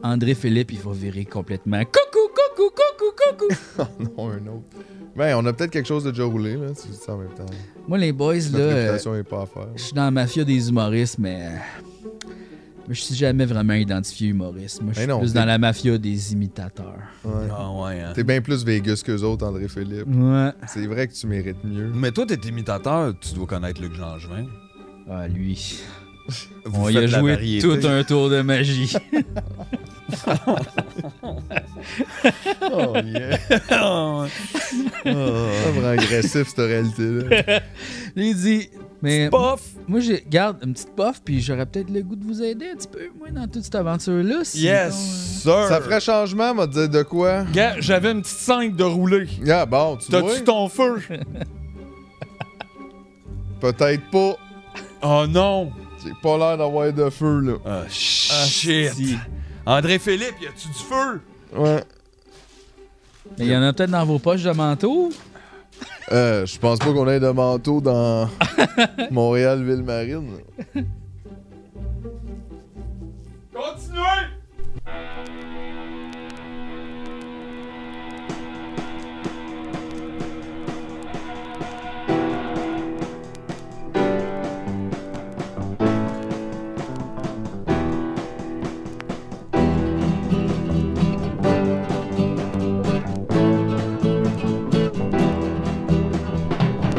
André Philippe, il va virer complètement. Coucou, coucou, coucou, coucou.
Non, un autre. Ben, on a peut-être quelque chose de déjà roulé, là, si tu dis ça en même temps.
moi, les boys, là,
Notre
euh,
réputation est pas à faire.
je suis dans la mafia des humoristes, mais. euh, mais Je suis jamais vraiment identifié humoriste. Moi, je
Mais
suis
non,
plus
t'es-
dans la mafia des imitateurs.
Ouais.
Ah ouais, hein.
T'es bien plus Vegas qu'eux autres, André-Philippe.
Ouais.
C'est vrai que tu mérites mieux.
Mais toi, t'es imitateur, tu dois connaître Luc Langevin.
Ah, lui.
Vous
On y a
faites la
joué
variété.
tout un tour de magie.
Oh yeah!
(laughs) Ah, ouais.
(laughs) C'est pas vraiment agressif, cette réalité-là.
Il dit. Mais
Pof!
Moi, j'ai garde une petite puff, puis j'aurais peut-être le goût de vous aider un petit peu, moi, dans toute cette aventure-là. si-
Yes, sir!
Ça ferait changement, m'a dit de quoi?
Gars, j'avais une petite 5 de roulée.
Ah bon, tu vois?
T'as-tu ton
(laughs)
feu?
Peut-être pas.
Oh non!
J'ai pas l'air d'avoir de feu, là.
Ah, shit!
si.
André Philippe, y a-tu du feu?
Ouais.
Mais il y en a peut-être dans vos poches de manteau.
Euh, je pense pas qu'on ait de manteau dans Montréal-Ville-Marine.
Continuez!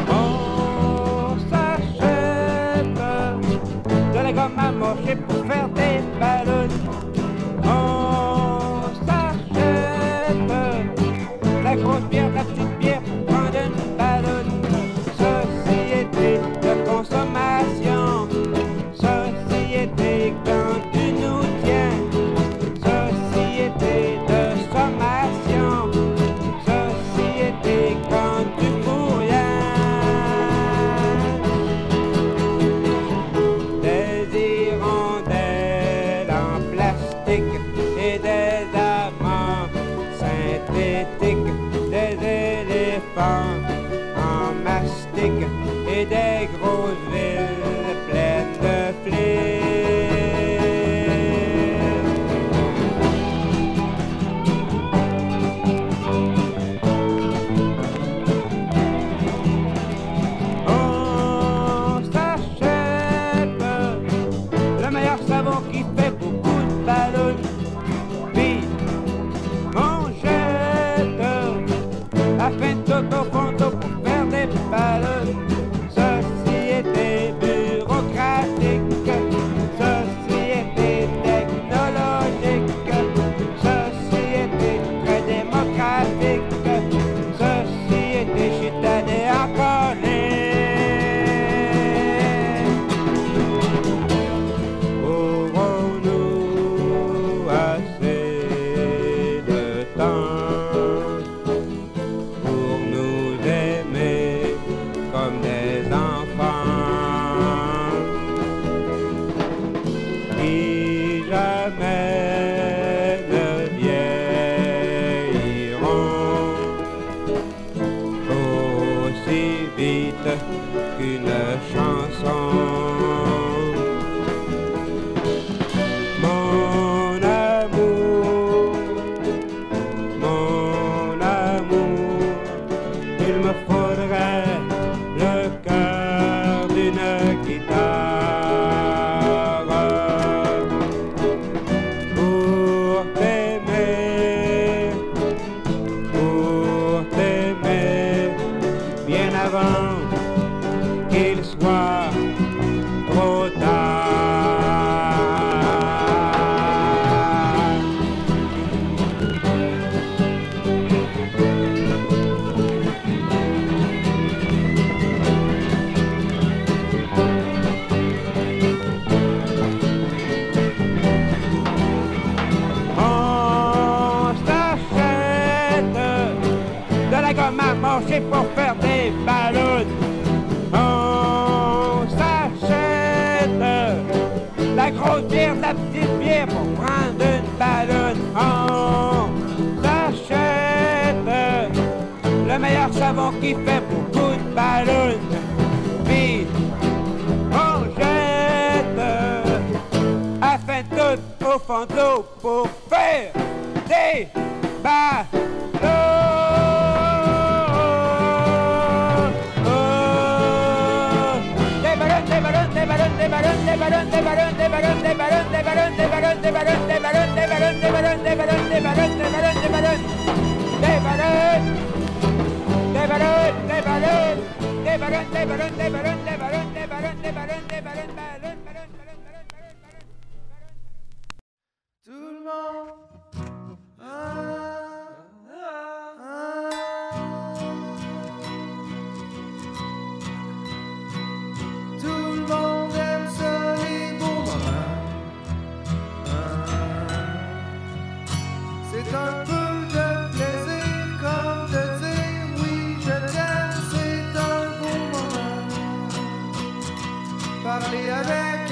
On s'achète de la gomme à manger pour faire des ballons. synthétique et des amants synthétiques, des éléphants en mastic et des grosses villes pleines de flics. On s'achète le meilleur savon qui fait beaucoup de ballons. Puis on jette la fin de toto pour faire des ballons. Société bureaucratique, société technologique, société très démocratique, société chitane et accolée. Aurons-nous assez de temps pour nous aimer comme des enfants qui jamais ne vieilliront aussi vite qu'une chanson mon amour, mon amour, il me faudrait le cœur d'une guitare pour t'aimer, pour t'aimer bien avant qu'il soit trop tard. On s'achète de la gomme à manger pour faire des ballons. On s'achète la grosse bière, la petite bière pour prendre une ballonne. On s'achète le meilleur savon qui fait beaucoup de ballons. Puis on jette afin de tout au fond de l'eau pour faire des ballons. Des ballons, des ballons, des ballons, des ballons, des ballons, des ballons, des ballons, des ballons, des ballons, des ballons, des ballons, des ballons, des ballons, des ballons, des ballons, des ballons, des ballons, des ballons, des ballons. Des ballons, des ballons, des ballons, des ballons, des ballons, des ballons, des ballons, des ballons, des ballons, des ballons, ballons, ballons, ballons, ballons, ballons. 아,
C'est un peu de plaisir comme de dire oui je t'aime, c'est un bon moment. Parler avec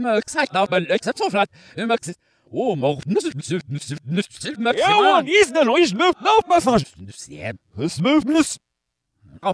Ah, Oh, bah, Oh, Oh,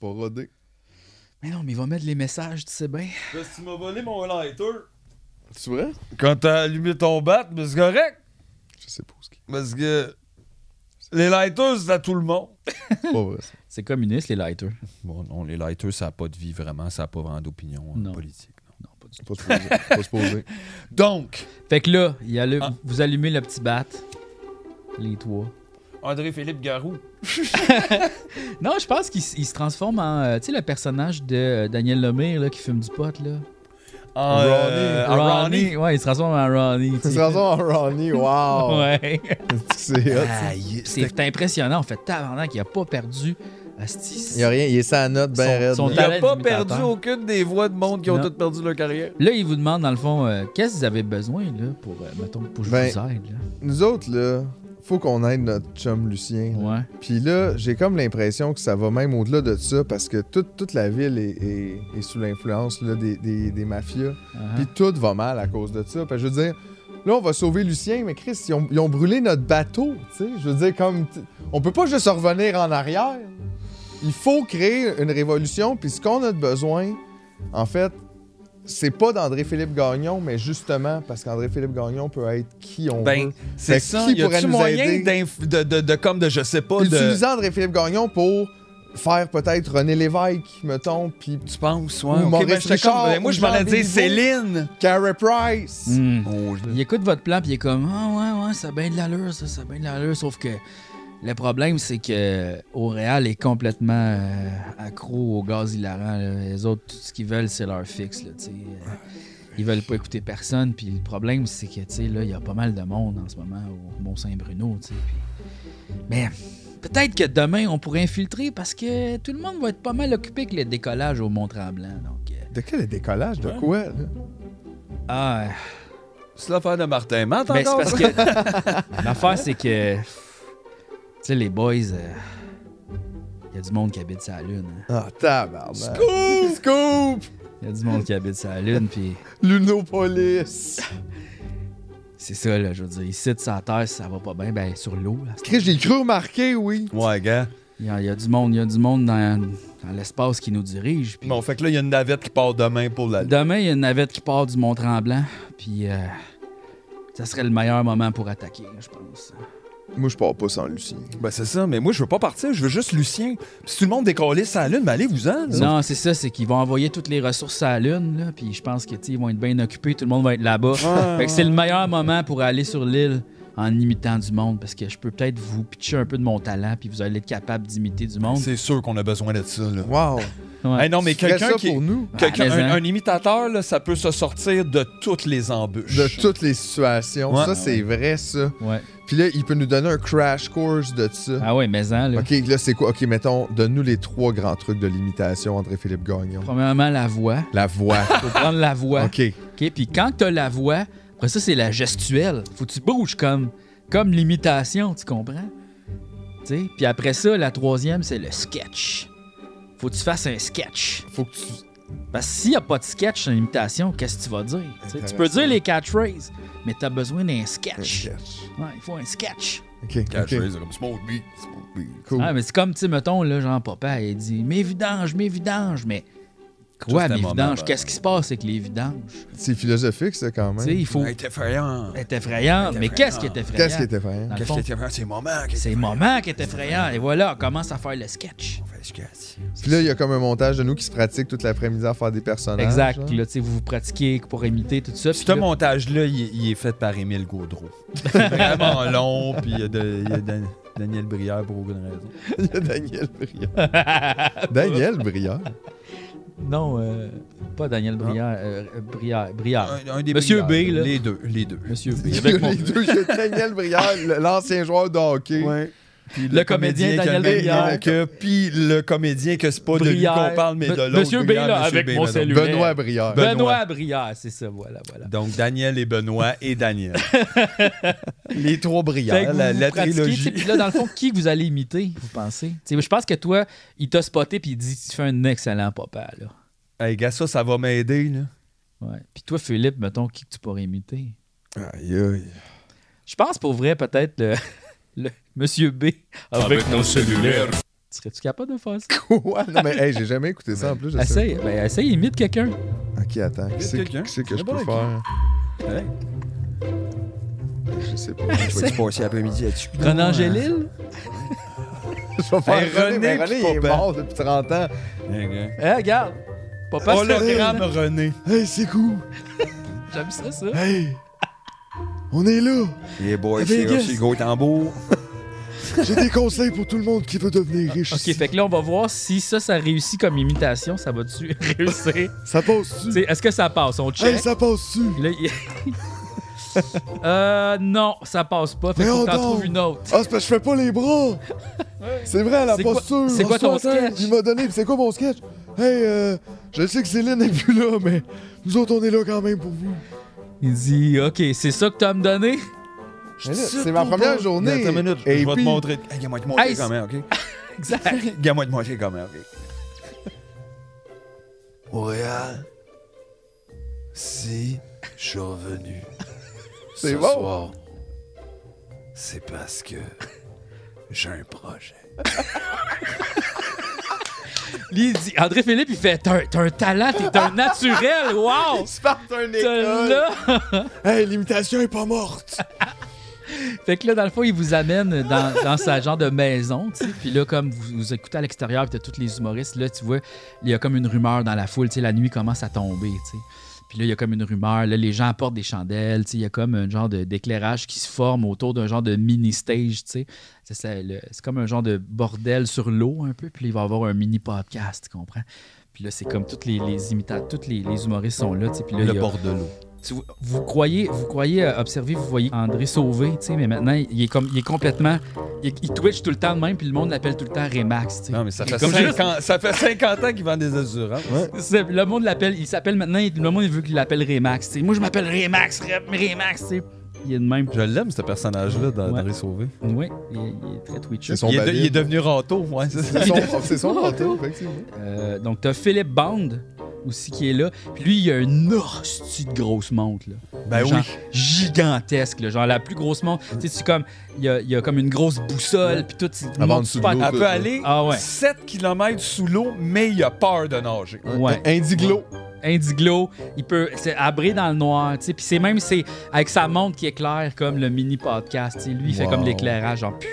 Pas rodé.
Mais non, mais il va mettre les messages, tu sais bien.
Parce que tu m'as volé mon lighter.
C'est vrai?
Quand t'as allumé ton bat, mais c'est correct.
Je sais pas ce qui.
Parce que les lighters, c'est à tout le monde.
C'est pas vrai. ça.
C'est communiste, les lighters.
Bon, non, les lighters, ça n'a pas de vie vraiment, ça n'a pas vraiment d'opinion euh,
Non.
politique. non.
Non, pas du tout.
Pas supposé. Pas supposé.
Donc,
Fait que là, il y a le-
Ah.
vous allumez le petit bat. Les trois.
André-Philippe Garou.
Non, je pense qu'il s- il se transforme en. euh, tu sais, le personnage de euh, Daniel Lemire là, qui fume du pot, là.
En, euh, en Ronnie.
Ouais, il se transforme en
(laughs)
Ronnie. tu
C'est
sais.
se transforme en Ronnie. Wow.
Ouais. Ah,
C'est hot. ça.
C'est impressionnant, en fait, tabarnak, il a pas perdu. Asti.
Il y a rien. Il est sa note, ben
Son-
raide.
son
Il
talent
n'a pas
d'imitateur.
perdu aucune des voix de monde qui ont
Non.
toutes perdu leur carrière.
Là, il vous demande, dans le fond, euh, qu'est-ce que vous avez besoin, là, pour, euh, mettons, pour que je
Ben,
vous aide, là.
Nous autres, là, faut qu'on aide notre chum Lucien. là.
Ouais.
Puis là, j'ai comme l'impression que ça va même au-delà de ça parce que toute, toute la ville est, est- est sous l'influence là, des, des- des mafias.
Ah.
Puis tout va mal à cause de ça. Puis je veux dire, là, on va sauver Lucien, mais Chris, ils ont, ils ont brûlé notre bateau. Tu sais, je veux dire, comme. t- On peut pas juste revenir en arrière. Il faut créer une révolution. Puis ce qu'on a de besoin, en fait, c'est pas d'André-Philippe Gagnon, mais justement, parce qu'André-Philippe Gagnon peut être qui on
Ben,
veut.
C'est
Mhm. Fait
ça.
qui
Y
pourrait
a-tu
nous
moyen
aider?
d'inf- de, de, de, comme de, je sais pas, de...
Utilisant André-Philippe Gagnon pour faire peut-être René Lévesque, mettons, puis
Tu penses,
Ou
ouais. ok,
Maurice
ben, j'étais
Richard,
comme- ben, moi,
ou
je m'en ai
Jean
dit
Béliveau.
Céline.
Carey Price.
Hmm.
Oh, je-
Il écoute votre plan, puis il est comme Ah, ouais, ouais, ça a bien de l'allure, ça, ça a bien de l'allure. Sauf que le problème, c'est que Oréal est complètement euh, accro au gaz hilarant. là. Les autres, tout ce qu'ils veulent, c'est leur fixe. Là, tu sais. Euh, Ils veulent pas écouter personne. Puis le problème, c'est que tu sais, là, il y a pas mal de monde en ce moment au Mont-Saint-Bruno. tu sais, puis- Mais peut-être que demain, on pourrait infiltrer parce que tout le monde va être pas mal occupé avec le décollage au Mont-Tremblant. Donc, euh,
De quel décollage? De quoi? là?
ah, euh,
C'est l'affaire de Martin. Mante
Ben, c'est
encore,
parce
(laughs) ça?
que. L'affaire, c'est que. Tu sais, les boys. Il y a du monde qui habite sa lune. hein.
Ah, tabarnak. Scoop! Scoop!
Il y a du monde qui habite sa lune, puis
Lunopolis.
c'est ça, là. Je veux dire, ici, de sa terre, ça va pas bien. Ben, sur l'eau, là.
Chris, j'ai cru remarquer, oui.
Ouais, gars.
Il y, a- il y a du monde, il y a du monde dans, dans l'espace qui nous dirige. puis
Bon, fait que là, il y a une navette qui part demain pour la...
Demain, il y a une navette qui part du Mont-Tremblant, puis. euh, ça serait le meilleur moment pour attaquer, là, je pense.
Moi, je pars pas sans Lucien.
Ben, c'est ça, mais moi, je veux pas partir, je veux juste Lucien. Si tout le monde décollisse à la lune, ben, allez-vous-en. là.
Non, c'est ça, c'est qu'ils vont envoyer toutes les ressources à la Lune, là, puis je pense que, tu sais, ils vont être bien occupés, tout le monde va être là-bas. Fait que c'est le meilleur moment pour aller sur l'île en imitant du monde, parce que je peux peut-être vous pitcher un peu de mon talent, puis vous allez être capable d'imiter du monde.
C'est sûr qu'on a besoin de ça, là.
Wow.
Ouais.
Hey, non, mais
Tu ferais
quelqu'un
ça
qui...
pour nous.
quelqu'un-
Ah, mais
un,
hein.
un imitateur, là, ça peut se sortir de toutes les embûches.
De toutes les situations.
Ouais.
Ça, c'est vrai, ça.
Ouais.
Puis là, il peut nous donner un crash course de ça.
Ah ouais, mais en, là.
OK, là, c'est quoi? OK, mettons, donne-nous les trois grands trucs de l'imitation, André-Philippe Gagnon.
Premièrement, la voix.
(laughs)
La voix.
Faut prendre la voix.
OK.
OK, puis quand t'as la voix, après ça, c'est la gestuelle. Faut que tu bouges comme, comme l'imitation, tu comprends? Tu sais? Puis après ça, la troisième, c'est le sketch. Faut que tu fasses un sketch.
Faut que tu...
Parce que s'il n'y a pas de sketch dans l'imitation, qu'est-ce que tu vas dire? Tu sais, Tu peux
Intéressant.
dire les catchphrases, mais tu as besoin d'un sketch.
Sketch.
Ouais, il faut un sketch.
OK, OK.
Catchphrase, comme Smoke me, smoke me.
Cool.
Ah, Ouais, mais c'est comme, tu sais, mettons, là, genre, papa, il dit « Mes vidanges, mes vidanges », mais quoi,
Juste un
mes
moment,
vidanges?
ben.
Qu'est-ce qui se passe avec les vidanges?
C'est philosophique, ça, quand
Tu sais,
même.
il faut
Elle était effrayant.
être effrayant, mais qu'est-ce qui est effrayant?
Qu'est-ce qui était vrai?
Dans le
Qu'est-ce
fond,
qui était effrayant? C'est le moment.
Ah, c'est le moment qui est effrayant. Et voilà, on commence à faire le sketch.
Puis là, il y a comme un montage de nous qui se pratique toute l'après-midi à faire des personnages.
Exact.
(laughs) là.
Là, tu sais, vous vous pratiquez pour imiter tout ça. puis
Ce
là-
montage-là, il, est- il est fait par Émile Gaudreau. C'est (laughs) vraiment long, puis il y a, de- il y a Dan- Daniel Brière pour aucune raison.
Il y a Daniel Briard. Daniel Briard.
Non, euh, pas Daniel Brière. euh, euh, Brière. Brière.
Un- un des
Monsieur
Brières,
B, là.
Les deux, les deux.
Monsieur B.
Il y
Avec mon-
a les deux, il y a Daniel Briard, le- l'ancien joueur de hockey.
Puis
Le comédien Daniel
qui a-
Brière.
que- Puis le comédien que c'est pas de lui
Brière.
qu'on parle, mais de
M-
l'autre.
Monsieur B,
Brière,
là,
Monsieur
avec
B,
mon
madame.
cellulaire.
Benoît Briard.
Benoît.
Benoît
Brière, c'est ça, voilà, voilà.
Donc, Daniel et Benoît et Daniel. (laughs) les trois
Fait que
Brières,
vous
la,
vous
la
pratiquez, tu sais,
trilogie.
Puis là, dans le fond, qui vous allez imiter, vous pensez? Tu sais, je pense que toi, il t'a spoté puis il dit Tu fais un excellent papa, là.
Hey, gars, ça, ça va m'aider, là.
Ouais. Puis toi, Philippe, mettons, qui que tu pourrais imiter?
Aïe, aïe.
Je pense pour vrai, peut-être le, (laughs) le Monsieur B Ah, ben, avec, nos cellulaires. Serais-tu capable de faire ça?
Quoi? Non, mais hey, j'ai jamais écouté ça en plus. Je sais
Essaye, ben, essaye, imite quelqu'un.
pas. Ok, attends. Qui c'est
quelqu'un.
qui c'est que
C'est
je
bon,
peux
avec
faire?
Hey.
Je sais pas.
Je (laughs) vais te passer après-midi là-dessus.
Renan Gélil?
Je vais faire
Hey,
René,
René,
mais
puis
René, il est
Papa.
mort depuis 30 ans.
Eh, regarde! Papa
Oh, Hologramme
cellulaire.
René.
Hey, c'est cool.
J'aime ça, ça.
Hey, on est là.
Yeah, boy,
Vegas.
c'est Rossi Go Tambour.
J'ai des conseils pour tout le monde qui veut devenir riche.
Ok, fait que là, on va voir si ça, ça réussit comme imitation. Ça va-tu (laughs) réussir?
Ça passe-tu?
Tu sais, Est-ce que ça passe? On check.
Hey, ça passe-tu?
Là, il- (laughs) euh, non, ça passe pas. Fait
Mais
qu'on
on
t'en
donc.
trouve une autre.
Ah, c'est parce que je fais pas les bras! C'est vrai, la
C'est quoi-
posture!
c'est quoi
On se
ton
fait atteindre.
sketch?
Il m'a donné, c'est quoi mon sketch? Hey, euh, je sais que Céline n'est plus là, mais nous autres, on est là quand même pour vous.
Il dit, ok, c'est ça que t'as à me donné?
C'est ma première journée!
Attends une minute,
Et
je vais te
puis-
montrer. Hey, Gagne-moi de montrer
Hey,
comment, OK?
(laughs) Exact.
Gagne-moi de montrer comment, OK?
Montréal, si je suis revenu
C'est
ce
bon.
soir, c'est parce que j'ai un projet.
Lui, il dit, André Philippe, il fait, t'as un- t'as un talent, t'es un naturel.
(laughs)
Wow!
se partent
T'as
un école!
là!
Hey, l'imitation est pas morte!
Fait que là, dans le fond, il vous amène dans, dans sa genre de maison, tu sais. Puis là, comme vous, vous écoutez à l'extérieur, puis t'as tous les humoristes, là, tu vois, il y a comme une rumeur dans la foule, tu sais, la nuit commence à tomber, tu sais. Puis là, il y a comme une rumeur, là, les gens apportent des chandelles, tu sais, il y a comme un genre de- d'éclairage qui se forme autour d'un genre de mini-stage, tu sais. C'est ça, le- c'est comme un genre de bordel sur l'eau, un peu, puis là, il va y avoir un mini-podcast, tu comprends? Puis là, c'est comme toutes les, les imitateurs, tous les, les humoristes sont là, tu sais. Puis là, il y a-
bord de l'eau.
tu- vous croyez, vous croyez euh, observer, vous voyez André sauvé, tu sais, mais maintenant il est comme, il est complètement, il, il twitch tout le temps de même, puis le monde l'appelle tout le temps Remax, tu sais.
Non, mais ça fait,
Comme
50, ça fait 50 ans qu'il vend des assurances.
C'est- Le monde l'appelle, il s'appelle maintenant, il- le monde il veut qu'il l'appelle Remax, tu sais. Moi je m'appelle Remax, Re- Remax, tu sais. Il est de même.
Je l'aime, ce personnage-là, dans
Ouais.
André Sauvé.
Oui, il, est- il est très twitcher.
C'est son
il, est de-
babine.
il est devenu râteau, ouais. c'est ça.
C'est son, c'est son manteau, effectivement.
Euh, donc t'as Philippe Bond aussi qui est là, puis lui il a une hostie de grosse montre là.
Ben
Genre
oui.
Gigantesque, là, genre la plus grosse montre. Tu sais, c'est comme, il y a, il y a comme une grosse boussole, puis tout. c'est une
Avant
montre
de sous
super
l'eau,
Elle peut aller
Ah ouais.
7 km sous l'eau, mais il a peur de nager.
Ouais.
Indiglo.
Indiglo, il peut c'est abré dans le noir, tu sais. Puis c'est même c'est avec sa montre qui éclaire comme le mini podcast, tu sais. Lui, il fait
Wow.
comme l'éclairage genre puis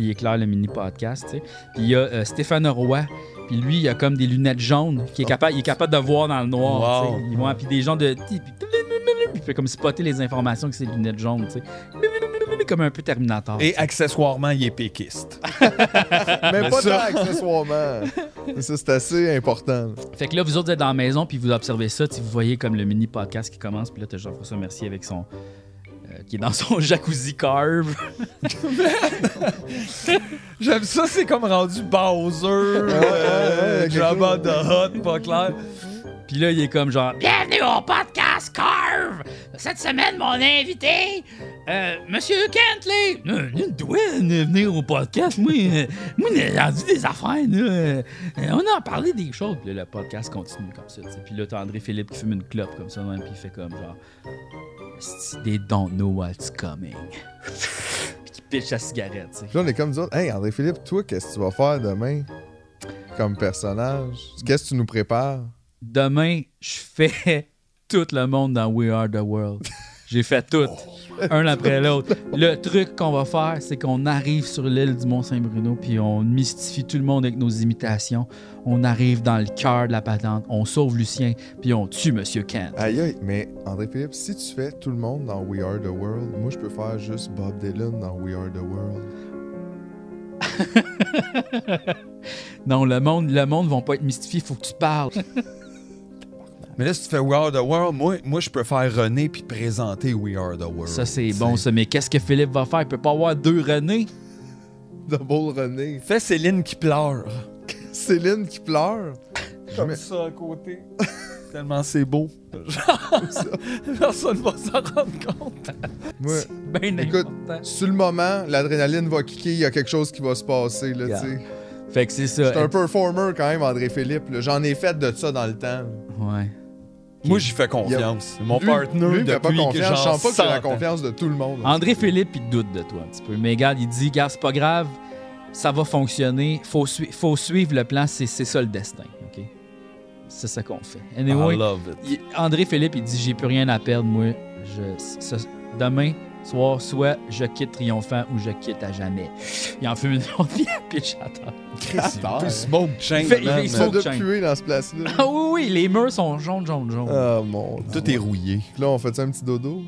il éclaire le mini podcast, tu sais. Puis il y a euh, Stéphane Roy, puis lui, il a comme des lunettes jaunes qui est capable il est capable de voir dans le
Wow.
noir, tu sais. Ils vont puis des gens de puis il peut comme spotter les informations que ces lunettes jaunes, tu sais. Comme un peu Terminator.
Et accessoirement, il est péquiste. (laughs)
Mais
Ah, ben
Mais
pas tant
ça-
accessoirement.
(laughs)
Mais ça, c'est assez important.
Fait que là, vous autres, vous êtes dans la maison, puis vous observez ça, tu- vous voyez comme le mini podcast qui commence, puis là, t'as Jean-François Mercier avec son. euh, qui est dans son (laughs) jacuzzi curve.
J'aime ça, c'est comme rendu Bowser,
ouais,
euh,
quelque
Jabba
chose.
the Hutt, pas clair.
Puis là, il est comme genre Bienvenue au podcast Curve! Cette semaine, mon invité, euh, Monsieur Kentley! Euh, Il doit euh, venir au podcast. Moi, euh, moi j'ai rendu des affaires. là. Euh, on a parlé des choses. Puis là, le podcast continue comme ça. tu sais. Puis là, t'as André Philippe qui fume une clope comme ça, même, puis il fait comme genre Esti, They don't know what's coming. puis qui pitch sa cigarette. tu sais.
Puis là, on est comme nous autres, Hey, André-Philippe, toi, qu'est-ce que tu vas faire demain comme personnage? Qu'est-ce que tu nous prépares?
demain, je fais (laughs) tout le monde dans We Are the World. J'ai fait tout,
Oh.
un après l'autre. Le truc qu'on va faire, c'est qu'on arrive sur l'île du Mont-Saint-Bruno, puis on mystifie tout le monde avec nos imitations. On arrive dans le cœur de la patente, on sauve Lucien, puis on tue Monsieur Kent.
Aïe, aïe, mais André Philippe, si tu fais tout le monde dans We Are the World, moi je peux faire juste Bob Dylan dans We Are the World. (laughs)
Non, le monde, le monde vont pas être mystifiés, faut que tu parles.
Mais là, si tu fais We Are the World, moi, moi je peux faire René puis présenter We Are the World.
Ça, c'est bon, ça. Mais qu'est-ce que Philippe va faire? Il peut pas avoir deux René.
Double René.
Fais Céline qui pleure.
Céline qui pleure.
Comme ça à côté. (laughs) Tellement c'est beau. Personne va s'en rendre compte.
Moi,
Ben
Écoute.
important.
sur le moment, l'adrénaline va kicker, il y a quelque chose qui va se passer, là,
Yeah.
tu sais.
Fait que c'est ça.
C'est un performer quand même, André Philippe. là. J'en ai fait de ça dans le temps.
Ouais.
Moi, j'y fais confiance. Mon
Lui-
partner,
lui, il fait
depuis
pas
que
confiance. Je
j'en
sens pas que c'est
sors.
la confiance de tout le monde.
André Philippe, il doute de toi un petit peu. Mais regarde, il dit, gars, c'est pas grave, ça va fonctionner, faut, sui- faut suivre le plan, c'est c'est ça le destin. OK? C'est ça qu'on fait. Anyway,
I love it.
il- André Philippe, il dit, j'ai plus rien à perdre, moi. Je, ce- demain, soir, soit je quitte triomphant ou je quitte à jamais. Il en fume une autre (laughs) bière, puis j'attends.
Ah, Il peut smoke chain,
Il fait- il
man.
fait-
Il se
Smoke
de
chain.
puer dans ce place-là.
Ah oui, oui, les murs sont jaunes, jaunes, jaunes.
Ah mon dieu.
Tout est rouillé.
Là, on fait ça un petit dodo.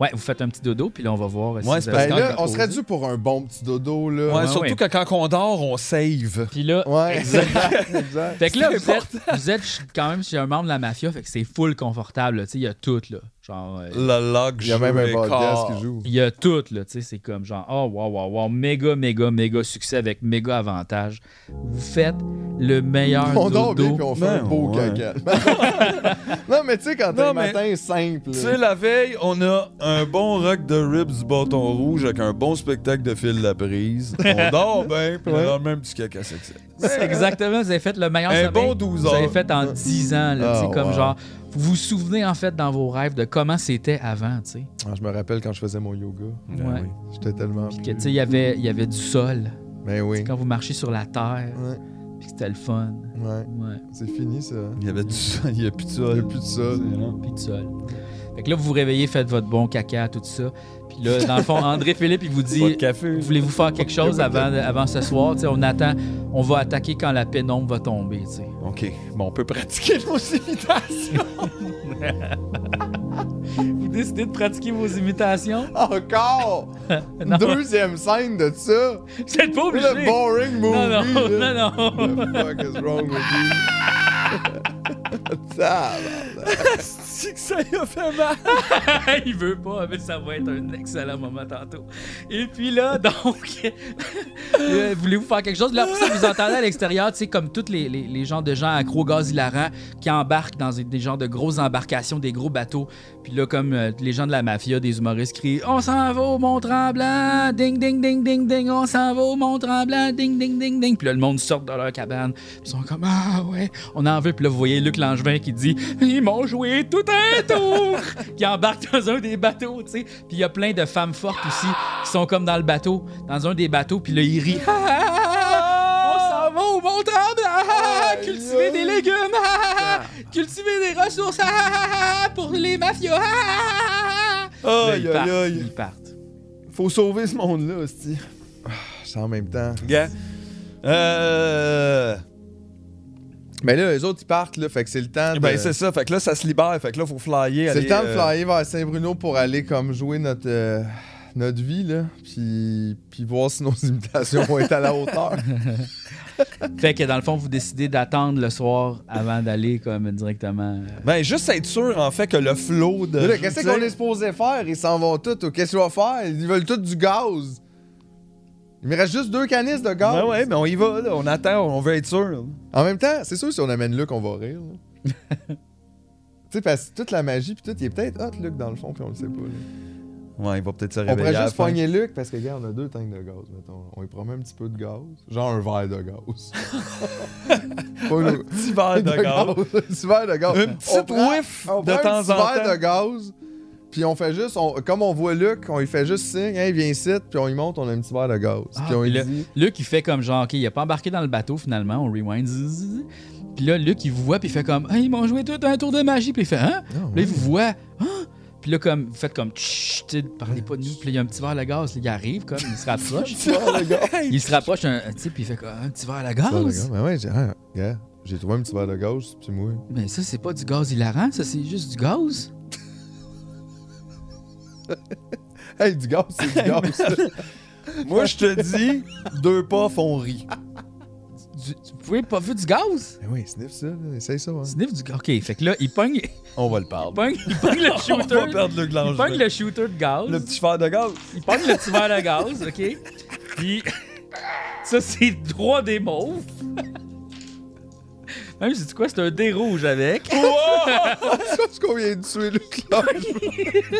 Ouais, vous faites un petit dodo, puis là, on va voir. si
Ouais,
vous
c'est parce
avez
Ben
le temps
là,
de
on serait
reposer.
dû pour un bon petit dodo, là.
Ouais,
Ouais,
surtout
ouais.
que quand on dort, on save.
Puis là,
Ouais,
Exact.
exact.
Fait que là,
C'est
vous êtes, vous êtes ch- quand même chez un membre de la mafia, fait que c'est full confortable. là. Tu sais, il y a tout, là. Genre, euh,
Le log,
Il y a même un podcast qui joue.
il y a tout, là. Tu sais, c'est comme genre, oh, wow, wow, wow, méga, méga, méga succès avec méga avantage. Vous faites le meilleur
On dort bien
dodo.
puis on fait un
Ben,
beau
ouais.
caca. (laughs) non, mais tu sais, quand t'as un
Non, mais-
matin
Tu
simple. là.
sais, la veille, on a un bon rock de ribs du bâton rouge avec un bon spectacle de fil la (laughs) prise. On dort bien, puis on a même petit caca sexy.
C'est Exactement, vous avez fait le meilleur
Un
sommeil
bon
que
12
vous avez
heures.
fait en 10 ans, là. Tu sais,
Ah,
comme
wow.
genre, vous vous souvenez, en fait, dans vos rêves de comment c'était avant, tu sais.
Ah, je me rappelle quand je faisais mon yoga.
Ben
Ouais.
J'étais tellement.
Puis que,
plus-
tu sais, il y avait, il y avait du sol.
Ben oui.
Quand vous marchiez sur la terre,
Ouais,
puis que c'était le fun.
ouais.
Ouais.
C'est fini, ça.
Il y avait du sang, il y a plus de ça.
Il y a plus de ça.
puis de sol. Fait que là, vous vous réveillez, faites votre bon caca, tout ça. Puis là, dans le
(laughs)
fond, André Philippe, il vous
Pas de
dit
café.
Voulez-vous faire quelque chose avant, avant ce soir Tu sais, On attend, on va attaquer quand la pénombre va tomber. tu sais.
OK. Bon, on peut pratiquer nos (laughs) imitations.
Vous décidez de pratiquer vos imitations
Encore!
(laughs) Non.
Deuxième scène de ça!
Vous êtes pas
Le
obligé
boring movie!
Non, non,
là.
(laughs) non, non.
The fuck is wrong with you? (laughs) Tabarnak.
C'est que ça y a fait mal.
(laughs) il veut pas, mais ça va être un excellent moment tantôt. Et puis là, (laughs) donc, euh, voulez-vous faire quelque chose? Là, après ça, vous entendez à l'extérieur, tu sais, comme tous les, les, les genres de gens accro au gaz hilarant qui embarquent dans des genres de grosses embarcations, des gros bateaux. Puis là, comme euh, les gens de la mafia, des humoristes crient On s'en va au Mont-Tremblant! Ding, ding, ding, ding, ding! On s'en va au Mont-Tremblant! Ding, ding, ding, ding! Puis là, le monde sort de leur cabane. Puis ils sont comme Ah ouais, on en veut. Puis là, vous voyez Luc Langevin qui dit Ils m'ont joué tout un
(laughs)
tour! qui embarque dans un des bateaux, tu sais. Puis il y a plein de femmes fortes aussi qui sont comme dans le bateau, dans un des bateaux. Puis là, ils rient Ah, ah, ah, ah, On s'en va au Mont-Tremblant! Ah, ah, Cultiver des légumes! Ah, ah, ah, Cultiver des ressources! Ah, ah, ah, ah, Pour les mafias! Ah, ah, ah, ah. Là,
Aïe,
ils
aïe,
partent,
aïe.
Ils partent.
Faut sauver ce monde-là, hostie. Ah, C'est en même temps.
Gars. Euh.
Mais là, les autres, ils partent, là. Fait que c'est le temps de.
Ben, c'est ça. Fait que là, ça se libère. Fait que là, faut flyer.
C'est le
aller,
temps de
euh,
flyer vers Saint-Bruno pour aller comme jouer notre, euh, notre vie, là. Puis, puis voir si nos (laughs) imitations vont être à la hauteur.
Fait que dans le fond, vous décidez d'attendre le soir avant d'aller comme directement. euh,
Ben, juste être sûr, en fait, que le flow de.
Là, Qu'est-ce qu'on est supposé faire? Ils s'en vont tous. ou Qu'est-ce qu'ils vont faire? Ils veulent tous du gaz. Il me reste juste deux canisses de gaz.
Ben ouais, mais on y va, là. On attend, on veut être sûr.
En même temps, c'est sûr, si on amène Luc, on va rire.
(laughs)
là. tu sais, parce que toute la magie, puis tout, il est peut-être hot, Luc, dans le fond, puis on le sait pas. là.
Ouais, il va peut-être se
On
réveiller.
pourrait
à la
juste
fin.
pogner Luc, parce que, gars, on a deux tanks de gaz, mettons. On lui promet un petit peu de gaz. Genre un verre
(laughs)
de gaz. pas une-
Petit
(laughs)
verre de gaz.
Un petit verre de gaz.
Une petite
On prend-
whiff
on
de
prend
temps
un petit
en
verre
temps.
de gaz, puis on fait juste, on- comme on voit Luc, on lui fait juste signe, hey, viens ici, puis on lui monte, on a un petit verre de gaz.
Ah,
puis on
puis
lui
là-
dit,
Luc, il fait comme genre, OK, il a pas embarqué dans le bateau finalement, on rewind. zzz, zzz, zzz. Puis là, Luc, il vous voit, puis il fait comme Hey, ils m'ont joué tout un tour de magie. Puis il fait Hein
Ah,
Puis là, il vous voit Hein Puis là, comme, vous faites comme Chut, tu sais, parlez pas de nous. Puis là, il y a un petit verre à la gaz. Il arrive, comme,
(laughs)
il se rapproche. il se rapproche, un, un type, puis il fait comme Un petit verre à la gaz.
Ben ouais, j'ai ah, gars, j'ai trouvé un petit verre de gauche,
(laughs)
puis moi.
Mais ça, c'est pas du gaz hilarant, ça, c'est juste du gaz.
Hey, du gaz, c'est du gaz. (laughs) ça.
Moi, je te dis, deux pas font rit.
Du- tu pouvais pas vu du gaz?
Ben oui, sniff ça, là, essaye ça. Hein.
Sniff du gaz. OK, fait que là, il pogne, il
On va le perdre.
pogne, il pogne le
(laughs) On va
shooter.
perdre le
Il pogne
glange.
le shooter de gaz.
Le petit fer de gaz.
Il pogne le petit verre à gaz, OK? Puis ça, c'est 3 des mauves. (laughs) Même si tu quoi, c'est un dé rouge avec.
Ça, c'est combien de tuer le cloche?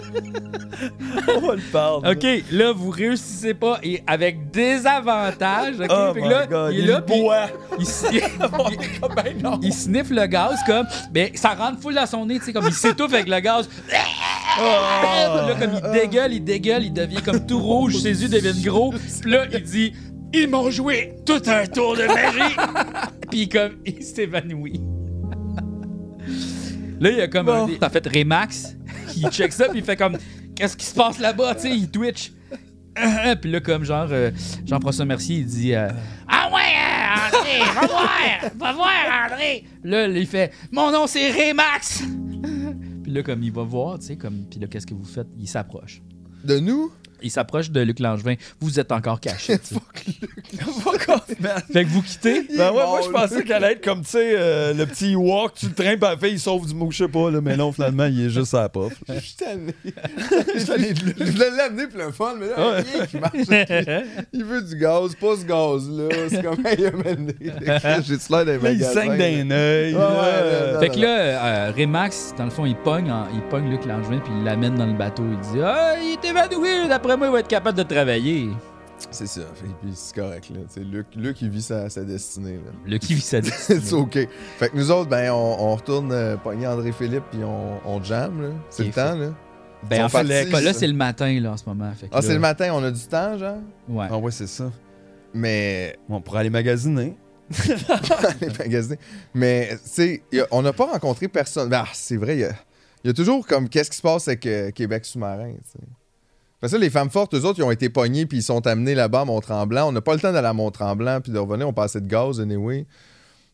On va le perdre.
OK, là, vous réussissez pas et avec des avantages. OK?
Oh
Fait que
my
là,
god,
il est là, puis
boit.
il, s-
(laughs) Oh
il-
ben
il sniffe le gaz comme. Ben, ça rentre full dans son nez, tu sais, comme il s'étouffe avec le gaz.
Ah!
Là, comme il dégueule, il dégueule, il devient comme tout rouge, ses yeux deviennent gros. Puis là, il dit Ils m'ont joué tout un tour de magie. Puis comme, il s'évanouit. Là, il y a comme un. En fait, Remax, il check ça, puis il fait comme Qu'est-ce qui se passe là-bas, tu sais, il twitch. puis là, comme genre, euh, Jean-François Mercier, il dit euh, Ah ouais, euh, André, va voir, va voir, André. Là, il fait Mon nom, c'est Remax. Puis là, comme il va voir, tu sais, comme. Puis là, qu'est-ce que vous faites Il s'approche.
De nous?
Il s'approche de Luc Langevin. Vous êtes encore caché. fait que vous quittez.
Ben ouais, moi je pensais qu'elle allait être comme, tu sais, euh, le petit Ewok, tu le traînes par la fille, il sauve du mou, je sais pas, là, mais non, finalement, il est juste à la pof.
(laughs) Je suis tanné. Je voulais l'amener pour le fun, mais là, il y a rien qui marche. Il veut du gaz, pas ce gaz-là. C'est comme, hey, amené. J'ai-tu l'air
Là,
d'un
il
magasin, Ah
saigne d'un œil.
Ouais, ouais, ouais, ouais.
Fait que là, euh, Remax, dans le fond, il pogne, en- il pogne Luc Langevin, puis il l'amène dans le bateau. Il dit Ah, il est évanoui, d'après moi, il va être capable de travailler.
C'est ça. Fait que puis c'est correct, là. Tu sais, Luc, Luc, il vit sa, sa destinée, là. (laughs)
Le qui vit sa vie.
C'est OK. Fait que nous autres, ben, on, on retourne euh, pogner André-Philippe, puis on, on jam, là. C'est
Ok,
le temps, là. Ils
Ben, en
sont
fait,
partis,
pas- là,
ça.
c'est le matin, là, en ce moment. Fait que
Ah, c'est
là-
le matin, on a du temps, genre?
Ouais.
Ah ouais, c'est ça.
Mais
On pourrait aller magasiner.
(laughs) les magasins. Mais, tu sais, y a- on n'a pas rencontré personne. Ben, ah, c'est vrai, il y a, y a toujours comme qu'est-ce qui se passe avec euh, Québec sous-marin. tu sais. Parce que les femmes fortes, eux autres, ils ont été pognés puis ils sont amenés là-bas à Mont-Tremblant. On n'a pas le temps d'aller à Mont-Tremblant puis de revenir. On passait de gaz, anyway.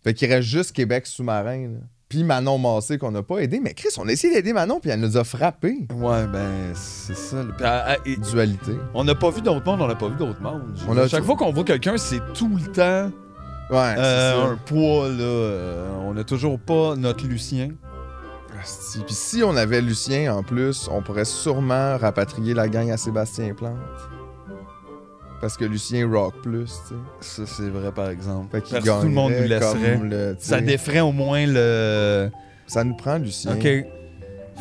Fait qu'il reste juste Québec sous-marin. là. Puis Manon Massé qu'on n'a pas aidé. Mais Chris, on a essayé d'aider Manon puis elle nous a frappé.
Ouais, ben, c'est ça. là. Puis, ah, ah, et-
Dualité.
on n'a pas vu d'autres mondes, on n'a pas vu d'autres mondes.
On a-
Chaque fois qu'on voit quelqu'un, c'est tout le temps
Ouais,
euh,
c'est ça.
un poids, là. euh, on n'a toujours pas notre Lucien.
Asti. Puis si on avait Lucien en plus, on pourrait sûrement rapatrier la gang à Sébastien Plante. Parce que Lucien rock plus, tu sais.
Ça, c'est vrai, par exemple.
Fait qu'il
Parce que tout le monde nous
gagnerait
laisserait.
comme le- tu
Ça
sais.
défrait au moins le.
Ça nous prend Lucien.
OK.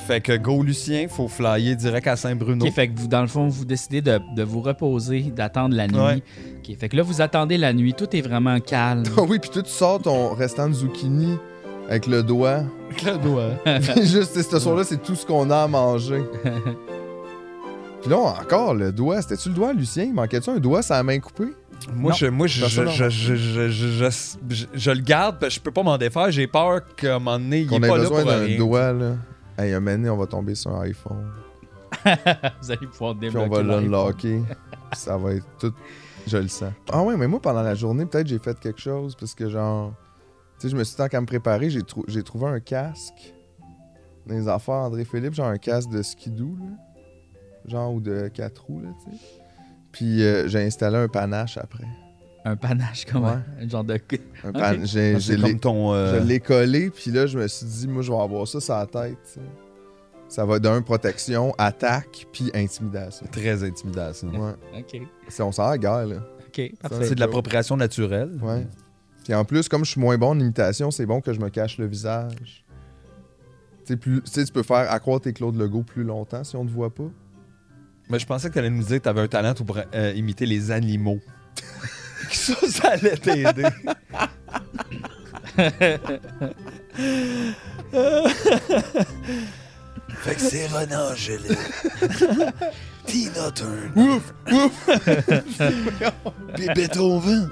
Fait que go Lucien, faut flyer direct à Saint-Bruno.
Ok, fait que vous, dans le fond, vous décidez de, de vous reposer, d'attendre la nuit.
Ouais.
Ok, fait que là, vous attendez la nuit, tout est vraiment calme.
Ah (laughs) oui, puis toi, tu sors ton restant de zucchini avec le doigt.
le
(laughs)
doigt.
Juste, tu sais, ce soir-là, c'est tout ce qu'on a
(laughs)
à manger. Puis là, encore le doigt. C'était-tu le doigt, Lucien? Il Manquait-tu un doigt, sa main coupée?
Moi,
Non.
je, moi je,
Ça,
je,
ça,
je, je, je, je- je- je le garde parce que je peux pas m'en défaire. J'ai peur qu'à un moment donné, il
Qu'on
est
ait
pas là pour
besoin d'un
rien.
doigt, là. Hey, un moment donné, on va tomber sur un iPhone.
Vous allez pouvoir
Puis
débloquer.
on va
l'heure.
(laughs) l'unlocker. Puis ça va être tout. Je le sens. Ah ouais, mais moi, pendant la journée, peut-être j'ai fait quelque chose parce que, genre. Tu sais, je me suis dit, tant qu'à me préparer, j'ai trou- j'ai trouvé un casque. Dans les affaires, André-Philippe, genre un casque de skidoo, là. Genre, ou de 4 roues, là, tu sais. Puis euh, j'ai installé un panache après.
Un panache, comme
Ouais.
un- un genre de.
Un pan-
Ok.
j'ai-
Ah,
j'ai
C'est
l'ai-
comme ton.
je
euh,
l'ai collé, puis là, je me suis dit, moi, je vais avoir ça sur la tête, tu sais. Ça va d'un protection, attaque, puis intimidation.
très intimidation.
Ouais.
Ok,
C'est- On s'en va à la guerre, là.
ok,
C'est
parfait.
de l'appropriation naturelle.
Ouais. Puis en plus, comme je suis moins bon en imitation, c'est bon que je me cache le visage. Tu sais, plus- tu sais, tu peux faire accroître tes Claude Legault plus longtemps si on te voit pas.
Mais je pensais que t'allais nous dire que t'avais un talent pour euh, imiter les
(laughs)
animaux. Que ça, ça allait t'aider.
Fait que c'est Renan Gelé. Tina Turner.
Ouf, ouf.
Puis Beethoven.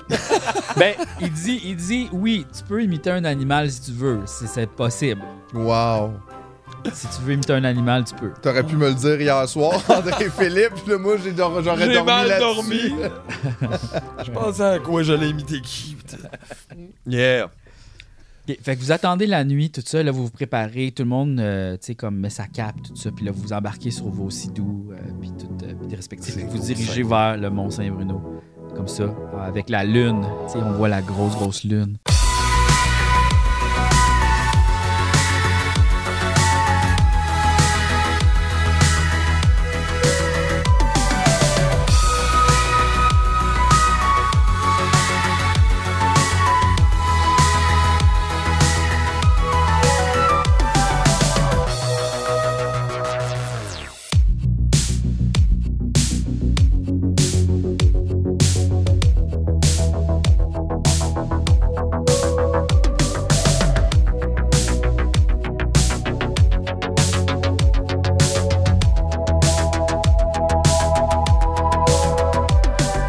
Ben, il dit, il dit, oui, tu peux imiter un animal si tu veux, si c'est possible.
Wow.
Si tu veux imiter un animal, tu peux.
T'aurais pu me le dire hier soir, (laughs) André Philippe. Là, moi, j'ai dor- j'aurais
J'ai
dormi
mal
là-dessus. (laughs)
dormi.
Je pensais à quoi j'allais imiter qui, putain. Yeah.
Ok, Fait que vous attendez la nuit, tout ça, là, vous vous préparez, tout le monde, euh, tu sais, comme met sa cape, tout ça, puis là, vous vous embarquez sur vos sidoux, euh, puis tout, euh, puis des respectifs, puis vous dirigez vers le Mont-Saint-Bruno, comme ça, euh, avec la lune, tu sais, on voit la grosse, grosse lune.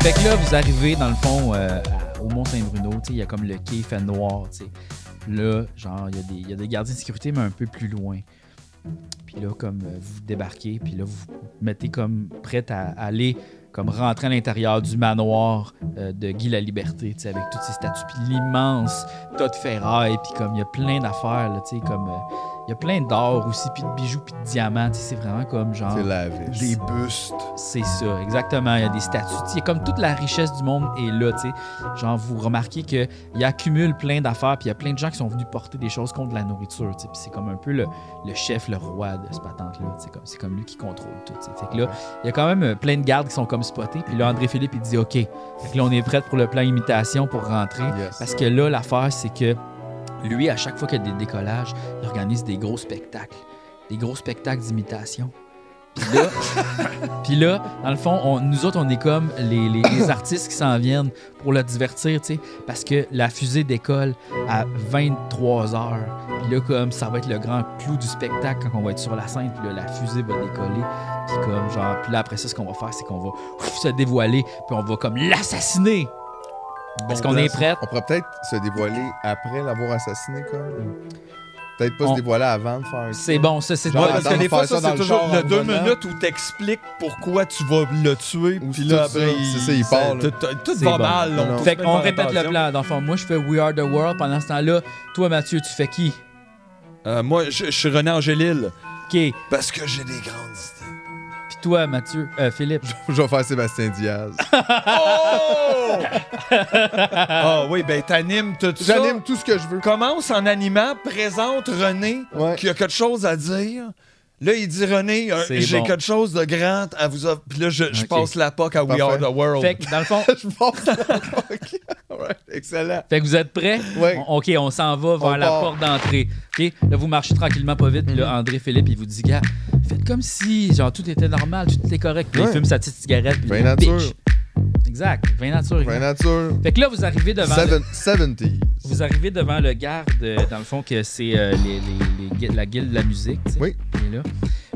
Fait que là, vous arrivez dans le fond euh, à- au Mont-Saint-Bruno, tu sais, il y a comme le quai fait noir, tu sais. Là, genre, il y a des- il y, a des gardiens de sécurité, mais un peu plus loin. Puis là, comme euh, vous débarquez, puis là, vous vous mettez comme prête à aller, comme rentrer à l'intérieur du manoir euh, de Guy la Liberté, tu sais, avec toutes ces statues, puis l'immense tas de ferraille, puis comme il y a plein d'affaires, là, tu sais, comme euh, il y a plein d'or aussi, puis de bijoux, puis de diamants, tu sais, c'est vraiment comme genre.
C'est la vie.
Des bustes.
C'est ça, exactement. Il y a des statues. Tu sais, comme toute la richesse du monde est là, tu sais. Genre, vous remarquez qu'il accumule plein d'affaires, puis il y a plein de gens qui sont venus porter des choses contre la nourriture, tu sais. Puis c'est comme un peu le, le chef, le roi de ce patente-là, tu sais. comme- C'est comme lui qui contrôle tout, tu sais. Fait que là, il y a quand même euh, plein de gardes qui sont comme spotés. Puis là, André-Philippe, il dit OK. Fait que là, on est prêt pour le plan imitation pour rentrer.
Yes.
Parce que là, l'affaire, c'est que lui, à chaque fois qu'il y a des décollages, il organise des gros spectacles. Des gros spectacles d'imitation. Puis là, puis là, dans le fond, on- nous autres, on est comme les, les- les artistes qui s'en viennent pour le divertir, tu sais. Parce que la fusée décolle à 23 heures. Puis là, comme ça va être le grand clou du spectacle quand on va être sur la scène. Puis là, la fusée va décoller. Puis comme genre, puis là, après ça, ce qu'on va faire, c'est qu'on va ouf, se dévoiler. Puis on va comme l'assassiner. Parce qu'on
plan,
est
ça.
prêt.
On pourrait peut-être se dévoiler après l'avoir assassiné, comme. Peut-être pas
On-
se dévoiler avant de faire un.
C'est bon, ça, c'est
Genre,
Ouais,
attends,
parce que des
on va
fois,
faire
ça,
ça dans
c'est
le
toujours
char
le
en
deux
revenant.
minutes où t'expliques pourquoi tu vas le tuer.
Ou
Puis
c'est
là,
tout
après,
ça. C'est ça, il part, là.
Tout, tout
C'est
va
bon.
mal.
Non,
on
non.
peut
Fait
pas
qu'on
faire
répète le
attention.
plan. Dans le fond, moi, je fais We Are the World. Pendant ce temps-là, toi, Mathieu, tu fais qui?
Euh, moi, je je suis René Angélil.
OK. Puis
Parce que j'ai des grandes idées.
toi, Mathieu, euh, Philippe.
(laughs) Je vais faire Sébastien Diaz.
Oh! (laughs) ah oui, ben t'animes tout ça.
J'anime tout ce que je veux.
Commence en animant, présente René
Ouais.
qui a quelque chose à dire. Là, il dit René, euh,
C'est
j'ai
bon.
quelque chose de grand à vous offrir. Puis là, je, je
Ok.
passe la POC à We
Parfait.
Are the World.
Fait que, dans le fond,
je pense. (laughs) Ok. Ouais, excellent.
fait que vous êtes prêts?
Ouais.
On- OK, on s'en va vers
On
la
part.
porte d'entrée. OK? Là, vous marchez tranquillement pas vite. Puis là, André Philippe, il vous dit, gars, faites comme si, genre, tout était normal, tout était correct. Puis là, il
Ouais.
fume sa petite cigarette. Puis
Vin
il
nature.
bitch. Exact. Vin nature.
Vin nature.
Fait que là, vous arrivez devant. le-
Seven- 70s.
Vous arrivez devant le garde, euh, dans le fond, que c'est euh, les- les- les guil- la guilde de la musique. tu sais,
Oui.
qui est là.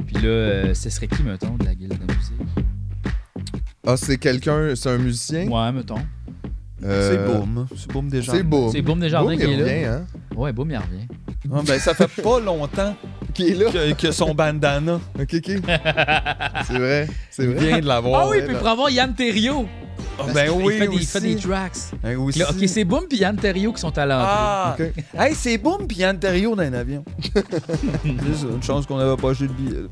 Puis là, euh, ce serait qui, mettons, de la guilde de la musique
Ah, c'est quelqu'un, c'est un musicien.
Ouais, mettons.
C'est
Euh,
Boom. C'est Boom des gens.
C'est Boom.
C'est Boom Desjardins
Boom,
qui est
il
là.
revient, hein?
Ouais, boum, il revient.
Ah, ben, ça fait pas longtemps
Qui est là.
que, que son bandana
Ok, ok. c'est vrai. C'est vrai.
vient de l'avoir.
ah oui,
ouais,
puis
là.
pour avoir Yann Terrio.
Ah, ben oui,
il, fait des, il
aussi.
fait des tracks.
Ben
Puis
aussi.
là, ok, c'est Boom puis Yann Terrio qui sont à l'entrée.
Ah!
Ok.
Hey, c'est Boom puis Yann Terrio dans un (laughs) avion. C'est ça, une chance qu'on n'avait pas acheté de billet.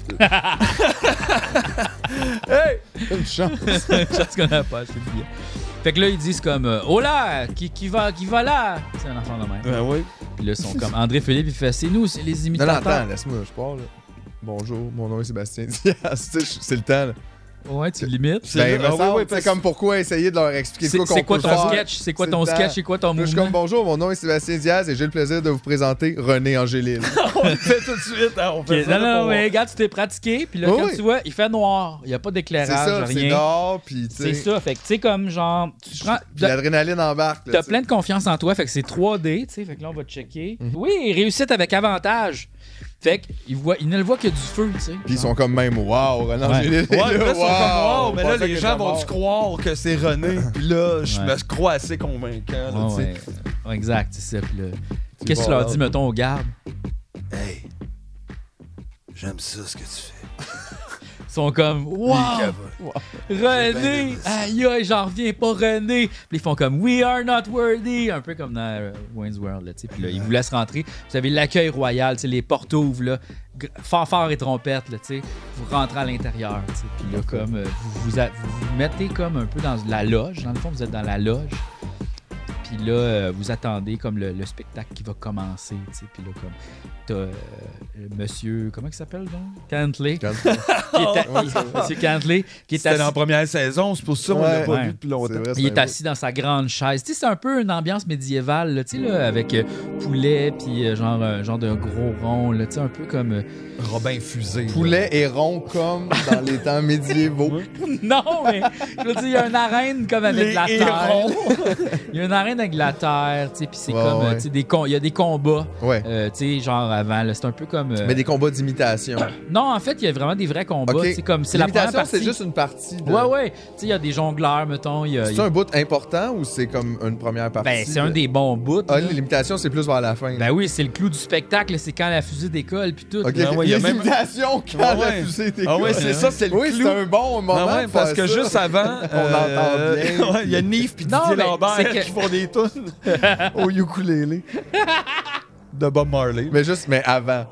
Une chance.
(laughs) Parce qu'on a pas acheté le billet. Fait que là, ils disent comme euh, Oh là, qui, qui va, qui va là C'est un enfant de même.
Ben oui.
Puis là, ils sont comme André Philippe, il fait C'est nous, c'est les
Non, non,
imitateurs.
attends, laisse-moi, je parle. Bonjour, mon nom est Sébastien Diaz. (laughs) Tu sais, je- c'est le temps. Là.
Ouais, tu limites.
Ben,
ah
me semble,
oui, oui,
tu sais,
parce-
comme pourquoi essayer de leur expliquer de
C'est
quoi qu'on
c'est quoi
peut
ton
faire.
sketch C'est quoi
C'est
ton
le temps.
sketch C'est quoi ton
Là, je suis comme
mouvement
bonjour, mon nom est Sébastien Diaz et j'ai le plaisir de vous présenter René Angélil.
on le fait tout de suite. hein, on
Ok,
fait ça,
non,
là,
non,
pour-
mais regarde, tu t'es pratiqué, puis là,
Oui,
quand
oui.
tu vois, il fait noir. Il n'y a pas
c'est
d'éclairage,
ça, c'est
rien.
d'or, puis tu
C'est
sais.
ça, fait que tu sais, comme genre, tu prends.
Puis l'adrénaline embarque. là,
T'as
tu sais. Mhm.
plein de confiance en toi, fait que c'est 3D, tu sais, fait que là, on va checker. Oui, réussite avec avantage. Fait qu'ils voient- ils ne le voient que du feu, tu sais.
Puis ils sont comme même, waouh, Renan
Ouais.
Gélil. est
Ouais, mais là,
là,
ils sont comme, wow, mais là,
pensait
les
que
gens
j'étais
vont-tu
mort.
croire que c'est René? Puis là, je
Ouais.
me crois assez convaincant. là,
Ouais,
tu sais.
ouais. Ah Ouais, exact, c'est ça. Puis là, qu'est-ce que tu
bon,
leur
là.
dis, mettons, aux gardes?
Hey, j'aime ça ce que tu fais.
Ils sont comme, wow!
Cavote.
René! Aïe, aïe, j'en reviens pas, René! Puis ils font comme We are not worthy! Un peu comme dans euh, Wayne's World, là, tu sais. Puis là, ils vous laissent rentrer. Vous avez l'accueil royal, tu sais, les portes ouvrent, là. Gr- Fanfare et trompette, là, tu sais. Vous rentrez à l'intérieur, tu sais. Puis là, comme, euh, vous vous, a- vous vous mettez comme un peu dans la loge. Dans le fond, vous êtes dans la loge. Puis là, euh, vous attendez comme le, le spectacle qui va commencer, tu sais. Puis là, comme, t'as euh, monsieur, comment il s'appelle, donc? Cantley. Qui est à-
Oh.
(laughs) monsieur Cantley, qui est
C'était dans
assis
la première saison, c'est pour ça qu'on l'a
Ouais.
pas
Ouais.
vu depuis
C'est
longtemps.
vrai, c'est
il
un
est
beau-
assis dans sa grande chaise. Tu sais, c'est un peu une ambiance médiévale, là, tu sais, là, avec euh, poulet, puis euh, genre, un genre de gros rond, là, tu sais, un peu comme... euh,
Robin Fusé. là.
Poulet est rond comme dans les (laughs) temps médiévaux.
(laughs) Non, mais je veux dire, il y a une arène comme avec
Les
la terre.
hérons.
(laughs) Il y a une arène avec la terre, tu sais, puis c'est
Ouais,
comme... euh,
ouais.
tu sais, des com- il y a des combats,
Ouais.
euh, tu sais, genre avant, là, c'est un peu comme... euh,
Mais des combats d'imitation.
Non, en fait, il y a vraiment des vrais combats,
Ok.
tu sais, comme... C'est la première
L'imitation,
partie.
c'est juste une partie. de- Euh,
Ouais, ouais. Tu sais, il y a des jongleurs, mettons, il y a... il
C'est
y a-
un bout important ou c'est comme une première partie?
Ben, c'est un des bons bouts.
Ah,
là.
l'imitation, c'est plus vers la fin.
Ben oui, c'est le clou du spectacle, c'est quand la fusée décolle, puis tout.
Ok,
là.
Ah ouais, il y a
les
même-
imitations quand
Ah
la
ouais.
fusée était
Ah ouais,
collée.
c'est ça, c'est le
Oui,
clou.
c'est un bon moment.
Ah ouais,
de
parce
faire
que
ça.
juste avant, euh,
entend
(laughs)
bien.
ouais, il y a Nif puis
Non,
Didier
mais c'est
Lambert
que-
qui font des tunes au ukulélé de Bob Marley.
Mais juste, mais avant.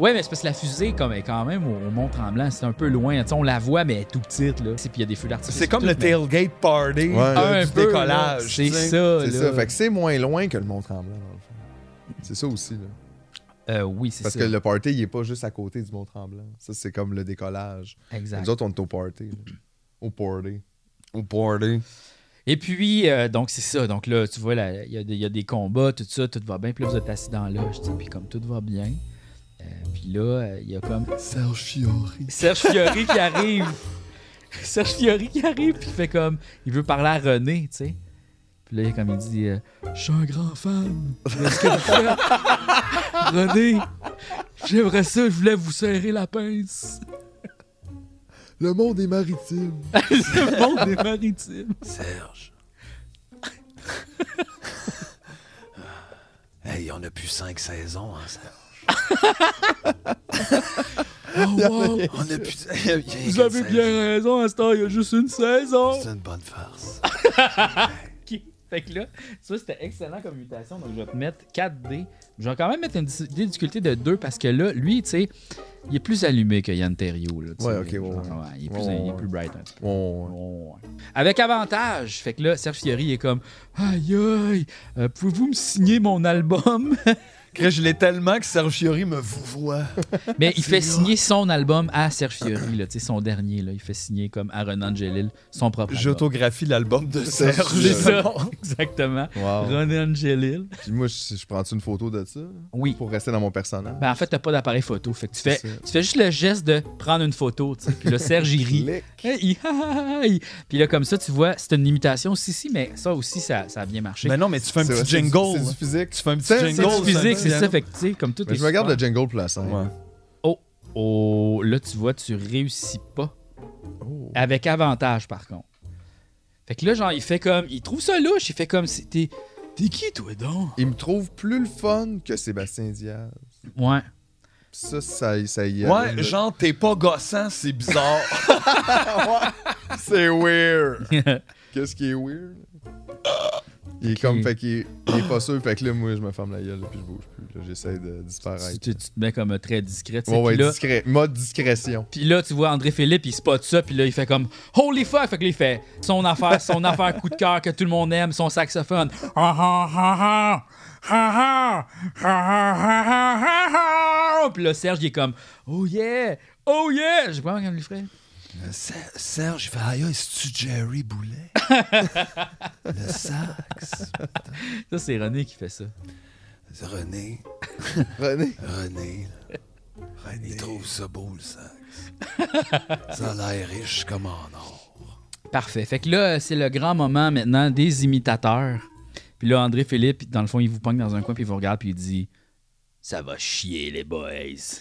Ouais, mais c'est parce que la fusée, comme, est quand même au, au Mont-Tremblant, c'est un peu loin. Tu sais, on la voit, mais elle est tout petite, là. C'est- Puis il y a des feux d'artifice.
C'est comme
puis
le
tout, mais-
tailgate party
Ouais.
euh,
Un
du
peu, là.
décollage.
C'est
tu sais.
ça, là.
C'est ça. Fait que c'est moins loin que le Mont-Tremblant, dans le fond. C'est ça aussi, là.
Euh, oui, c'est
Parce
ça.
que le party, il est pas juste à côté du Mont-Tremblant. Ça, c'est comme le décollage.
Exact.
Nous autres, on est au party. là. Au party.
Au party.
Et puis, euh, donc, c'est ça. Donc là, tu vois, là, il y, a des- il y a des combats, tout ça, tout va bien. Puis là, vous êtes assis dans la loge, tu sais, puis comme tout va bien. euh, puis là, euh, il y a comme
Serge Fiori.
Serge Fiori qui arrive. Serge Fiori qui arrive, puis il fait comme. Il veut parler à René, tu sais. Puis là, il est comme il dit euh, Je suis un grand fan de ce que vous faites. René, j'aimerais ça, je voulais vous serrer la pince.
Le monde est maritime.
Le monde des maritimes.
(laughs)
(laughs)
Serge. hey, on a plus cinq saisons,
(laughs)
hein, Serge.
Oh, wow.
On a plus. Il y a rien
Vous
qu'une
avez bien
saison.
raison, à ce temps, il y a juste une saison.
C'est une bonne farce.
Ok. Fait que là, ça c'était excellent comme mutation. Donc je vais te mettre 4D. Je vais quand même mettre une dis- des difficultés de 2 parce que là, lui, tu sais, il est plus allumé que Yann Terriot. Là, tu
Ouais,
sais,
ok,
genre,
ouais, ouais.
il, est plus,
Ouais,
il est
(laughs) ouais.
plus bright un petit peu.
On...
Ouais. Avec avantage. Fait que là, Serge Fiori il est comme Aïe aïe, euh, pouvez-vous me signer mon
(laughs)
album?
Chris, je l'ai tellement que Serge Fiori me vouvoie.
Mais il fait signer son album à Serge Fiori, là, tu sais, son dernier. Là. Il fait signer comme à Renan Gelil son propre album.
J'autographie l'album de
Serge (laughs)
Serge.
C'est ça, (laughs) exactement.
Wow.
Renan Gelil.
Puis moi, je, je prends-tu une photo de ça
Oui.
pour rester dans mon personnage?
Ben, en fait, t'as pas d'appareil photo. Fait que tu fais,
C'est ça.
tu fais juste le geste de prendre une photo. tu sais. Puis là, Serge, il rit.
Clic.
Hey, hi, hi, hi. Puis là, comme ça, tu vois, c'est une imitation aussi, si, mais ça aussi, ça, ça a bien marché.
Mais non, mais tu fais un petit
C'est vrai, c'est du-
jingle.
C'est du physique.
Tu fais un petit
C'est-
jingle.
c'est du physique, c'est
sonore.
ça. Fait que, tu sais, comme tout
Mais
est
je me garde
super.
le jingle pour la scène.
Ouais.
Oh, là, tu vois, tu réussis pas.
Oh.
Avec avantage, par contre. Fait que là, genre, il fait comme. Il trouve ça louche. Il fait comme. si T'es t'es qui, toi, donc?
Il me trouve plus le fun que Sébastien Diaz.
Ouais. (laughs)
Puis Ça, ça, ça y est.
Ouais, genre, t'es pas gossant, c'est (laughs) bizarre.
C'est weird. Qu'est-ce qui est weird? Il est
Ok.
comme, fait qu'il est, il est pas sûr, fait que là, moi, je me ferme la gueule, puis je bouge plus. là. J'essaie de disparaître.
tu, tu- tu te mets comme euh, très discret. tu sais.
Ouais, ouais,
Puis là,
discret. Mode discrétion.
Puis là, tu vois André Philippe, il spot ça, puis là, il fait comme Holy fuck! Fait que là, il fait son affaire, son affaire coup de cœur que tout le monde aime, son saxophone. Ah, ah, ah, ah. Ah, ah. Ah, ah, ah, ah, ah, ah. Puis là, Serge, il est comme Oh yeah! Oh yeah! Je sais pas comment il le ferait.
Le Ser- Serge, il fait
Ah,
Aïe, aïe, c'est-tu Jerry Boulet Le sax.
Ça, c'est René qui fait ça.
C'est René.
René.
René. là. Il trouve ça beau, le sax. ça a l'air riche comme en or.
Parfait. Fait que là, c'est le grand moment maintenant des imitateurs. Puis là, André Philippe, dans le fond, il vous pogne dans un coin, puis il vous regarde, puis il dit Ça va chier, les boys.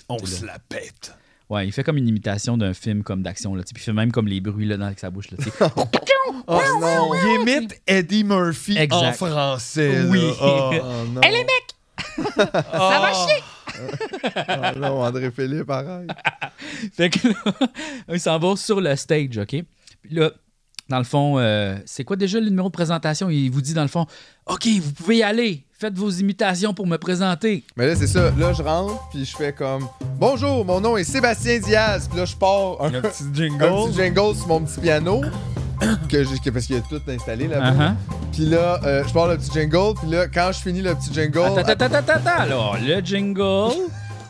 On
T'es là.
se la pète.
Ouais, il fait comme une imitation d'un film comme d'action. Là, tu sais, puis il fait même comme les bruits là, dans sa bouche. Là, tu sais.
(laughs)
Oh non!
Il imite Eddie Murphy en
Exact.
français. là.
Oui. (laughs)
Ah.
Oh non!
Eh, les mecs,
(laughs)
ça va chier!
Oh non, André Philippe, pareil.
Fait que là, (laughs) il s'en va sur le stage, OK? Puis là, dans le fond, euh, c'est quoi déjà le numéro de présentation? Il vous dit dans le fond, OK, vous pouvez y aller. Faites vos imitations pour me présenter.
Mais là, c'est ça. Là, je rentre, puis je fais comme Bonjour, mon nom est Sébastien Diaz. Puis là, je pars un,
Un petit
(laughs) un
jingle.
petit jingle sur mon petit piano. Que j'ai- que- parce qu'il y a tout installé là-bas.
Uh-huh.
Puis là, euh, je pars le petit jingle. Puis là, quand je finis le petit jingle,
Attends, attends, attends, attends, attends. Alors, le jingle.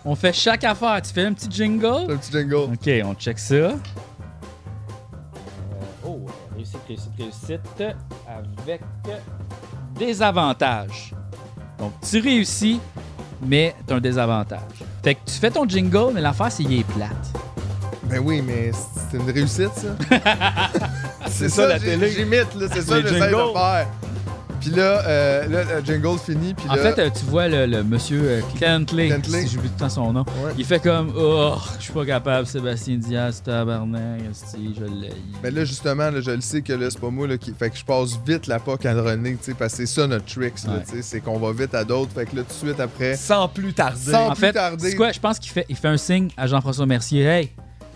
On fait chaque affaire. Tu fais un petit jingle?
le petit jingle.
OK, on check ça. Euh, Oh, réussite, réussite, réussite. Avec des avantages. Donc, tu réussis, mais t'as un désavantage. Fait que tu fais ton jingle, mais l'affaire, c'est qu'il est plate.
Ben oui, mais c'est une réussite,
(laughs)
ça. c'est
ça, la
j'ai-
télé.
J'imite, là. C'est ça
Les
que j'essaie de
jingles.
faire. Puis là, euh, là, le jingle fini. Puis
En
là,
fait, euh, tu vois le, le monsieur euh, Clantley,
Clantley.
si j'oublie tout le temps son nom,
Ouais.
euh, il fait comme « Oh, je suis pas capable, Sébastien Diaz, tabarnak, esti, je l'ai.
Mais Ben là, justement, là, je le sais que là, c'est pas moi là, qui. Fait que je passe vite la POC à René, tu sais, parce que c'est ça notre trick, là,
Ouais.
tu sais, c'est qu'on va vite à d'autres. Fait que là, tout de suite après.
Sans plus tarder.
Sans
En
plus
fait,
tarder.
c'est quoi? Je pense qu'il fait, il fait un signe à Jean-François Mercier. « Hey,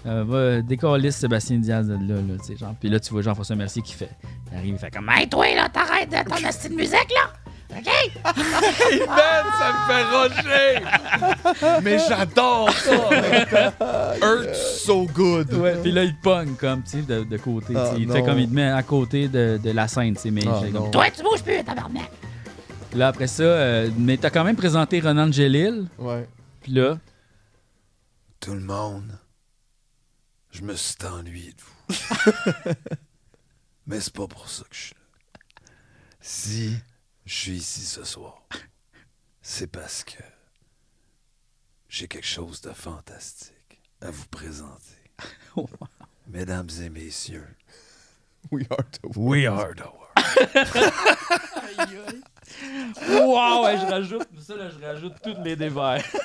euh, va décoller Sébastien Diaz de là, là, tu sais, genre. » Puis là, tu vois Jean-François Mercier qui fait, il arrive, il fait comme « Hey, toi, là, t'arrêtes de ton esti de musique, là! OK?
Ben,
Man, ça me fait rocher. Mais j'adore ça. Earth so good.
Ouais, puis là, il te pogne comme, tu sais, de, de côté.
Ah,
tu sais. il te
non.
fait comme, il te met à côté de, de la scène, tu sais, mais il
Ah,
fait
non.
comme, Toi, tu bouges plus, tabarnak! Là, après ça, euh, mais t'as quand même présenté Ronan Gélil,
Ouais.
puis là,
Tout le monde, je me suis ennuyé de vous.
(laughs)
Mais c'est pas pour ça que je suis là. Si je suis ici ce soir, c'est parce que j'ai quelque chose de fantastique à vous
(laughs)
présenter.
Oh,
Mesdames et messieurs,
We are the
we are the world.
wow, ouais, je rajoute, ça, là, je rajoute tous les
(laughs)
dévers. (laughs)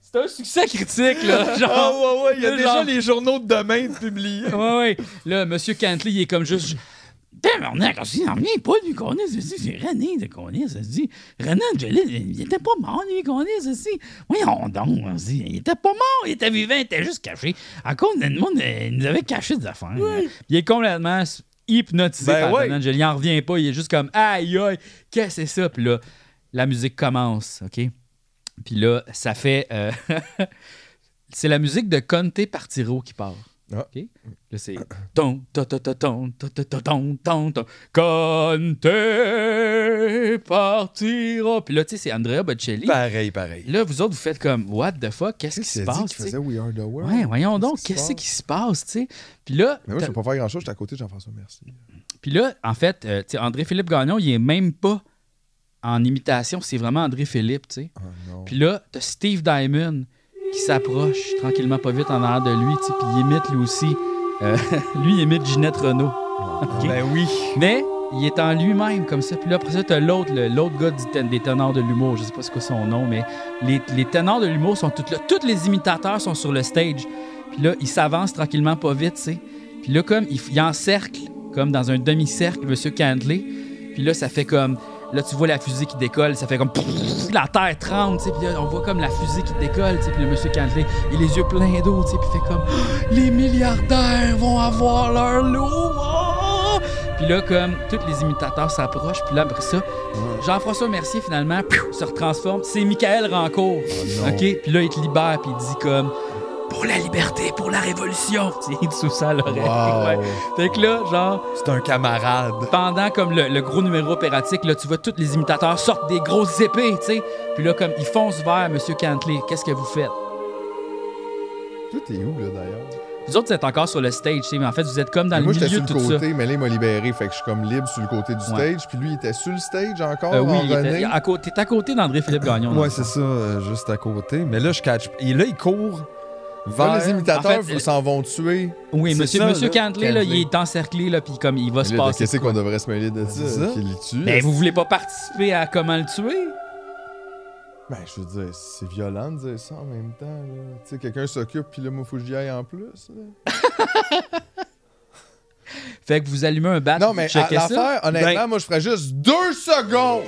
C'est un succès critique, là,
Ah
genre.
ouais, ouais, il y a
Le
déjà
genre.
les journaux de demain de publiés.
Ouais, ouais. Là, Monsieur Cantley, il est comme juste. Tabarnak, on s'est emmené pas lui qu'on est, ceci, c'est René de qu'on est, ceci. René Angelil, il était pas mort, lui qu'on est, ceci. Voyons donc, on dit, il était pas mort, il était vivant, il était juste caché. À cause de monde, euh, il nous avait caché des affaires. là. Il est complètement s- hypnotisé
Ben
par
ouais.
René Angelil, il en revient pas, il est juste comme, aïe, aïe, qu'est-ce que c'est ça? Puis là, la musique commence, OK? Puis là, ça fait. euh, (laughs) c'est la musique de Conte Partiro qui part.
Ah.
OK? Là, c'est. Ton, ton, ton, ton, ton, ton, ton, ton, ton, ton, ton. Conte Partiro. Puis là, tu sais, c'est Andrea Bocelli.
Pareil, pareil.
Là, vous autres, vous faites comme, what the fuck? Qu'est-ce qui se
C'est dit
passe?
Bah. qu'il
tu sais?
faisait We are the world.
Ouais, voyons donc,
Qu'est-ce qui se
qu'est-ce qui se passe, tu sais? Puis là,
Mais moi,
t'as-
je peux pas faire grand chose, j'étais à côté de Jean-François Merci.
puis là, en fait, euh, tu sais, André-Philippe Gagnon, il est même pas en imitation, c'est vraiment André-Philippe, tu sais.
Oh non.
Puis là, t'as Steve Diamond qui s'approche tranquillement, pas vite, en arrière de lui, tu sais, puis il imite lui aussi. euh, (laughs) lui, il imite Ginette Renault.
Ben oui.
Mais il est en lui-même comme ça. Puis là, après ça, t'as l'autre, le- l'autre gars du ten- des tenors de l'humour. Je sais pas c'est quoi son nom, mais les, les tenors de l'humour sont tous là. Tous les imitateurs sont sur le stage. Puis là, ils s'avancent tranquillement, pas vite, tu sais. Puis là, comme, ils, f- ils encerclent, comme dans un demi-cercle, Monsieur Cantley. Puis là, ça fait comme. Là, tu vois la fusée qui décolle, ça fait comme. pfff, La terre tremble, tu sais. Puis là, on voit comme la fusée qui décolle, tu sais. Puis le monsieur Cantley, il a les yeux pleins d'eau, tu sais. Puis il fait comme. (gasps) Les milliardaires vont avoir leur lot. Ah! Puis là, comme tous les imitateurs s'approchent, puis là, après ça, Jean-François Mercier, finalement, piou, se retransforme. C'est Michael Rancourt. OK? Puis là, il te libère, puis il dit comme Pour la liberté, pour la révolution. Tu sais, (laughs) il dit sous ça à l'oreille.
Oh,
Ouais. Fait que là, genre,
C'est un camarade.
pendant comme le, le gros numéro opératique, là, tu vois tous les imitateurs sortent des grosses épées, tu sais. Puis là, comme ils foncent vers M. Cantley. Qu'est-ce que vous faites?
Tout est où, là, d'ailleurs?
Vous autres, vous êtes encore sur le stage, tu sais, mais en fait, vous êtes comme dans
Mais
le
Moi, j'étais
milieu
sur
de
le
tout ça.
côté, mais là, il m'a libéré. Fait que je suis comme libre sur le côté du
Ouais.
stage. Puis lui, il était sur le stage encore.
Euh, oui,
en
il était-
René.
à cô- t'es à côté d'André-Philippe Gagnon. dans
Ouais,
le
c'est ça, euh, juste à côté. Mais là, je catch. Et là, il court
Là,
vers.
les imitateurs
En fait,
ils s'en vont tuer.
Oui,
C'est
monsieur,
ça,
monsieur
là,
Cantley, là,
Cantley.
il est encerclé, là, puis comme il va
Mais
se
là,
passer. Ben,
Qu'est-ce qu'on devrait se mêler de
C'est ça.
ça? Qu'il les tue.
Mais vous voulez pas participer à comment le tuer?
Ben, je veux dire, c'est violent de dire ça en même temps. là. Tu sais, quelqu'un s'occupe, puis là, moi, faut que j'y aille en plus. là.
Fait que vous allumez un bat,
Non, mais
vous checkez
à-
ça. Ben-
l'affaire, honnêtement, moi, je ferais juste deux secondes.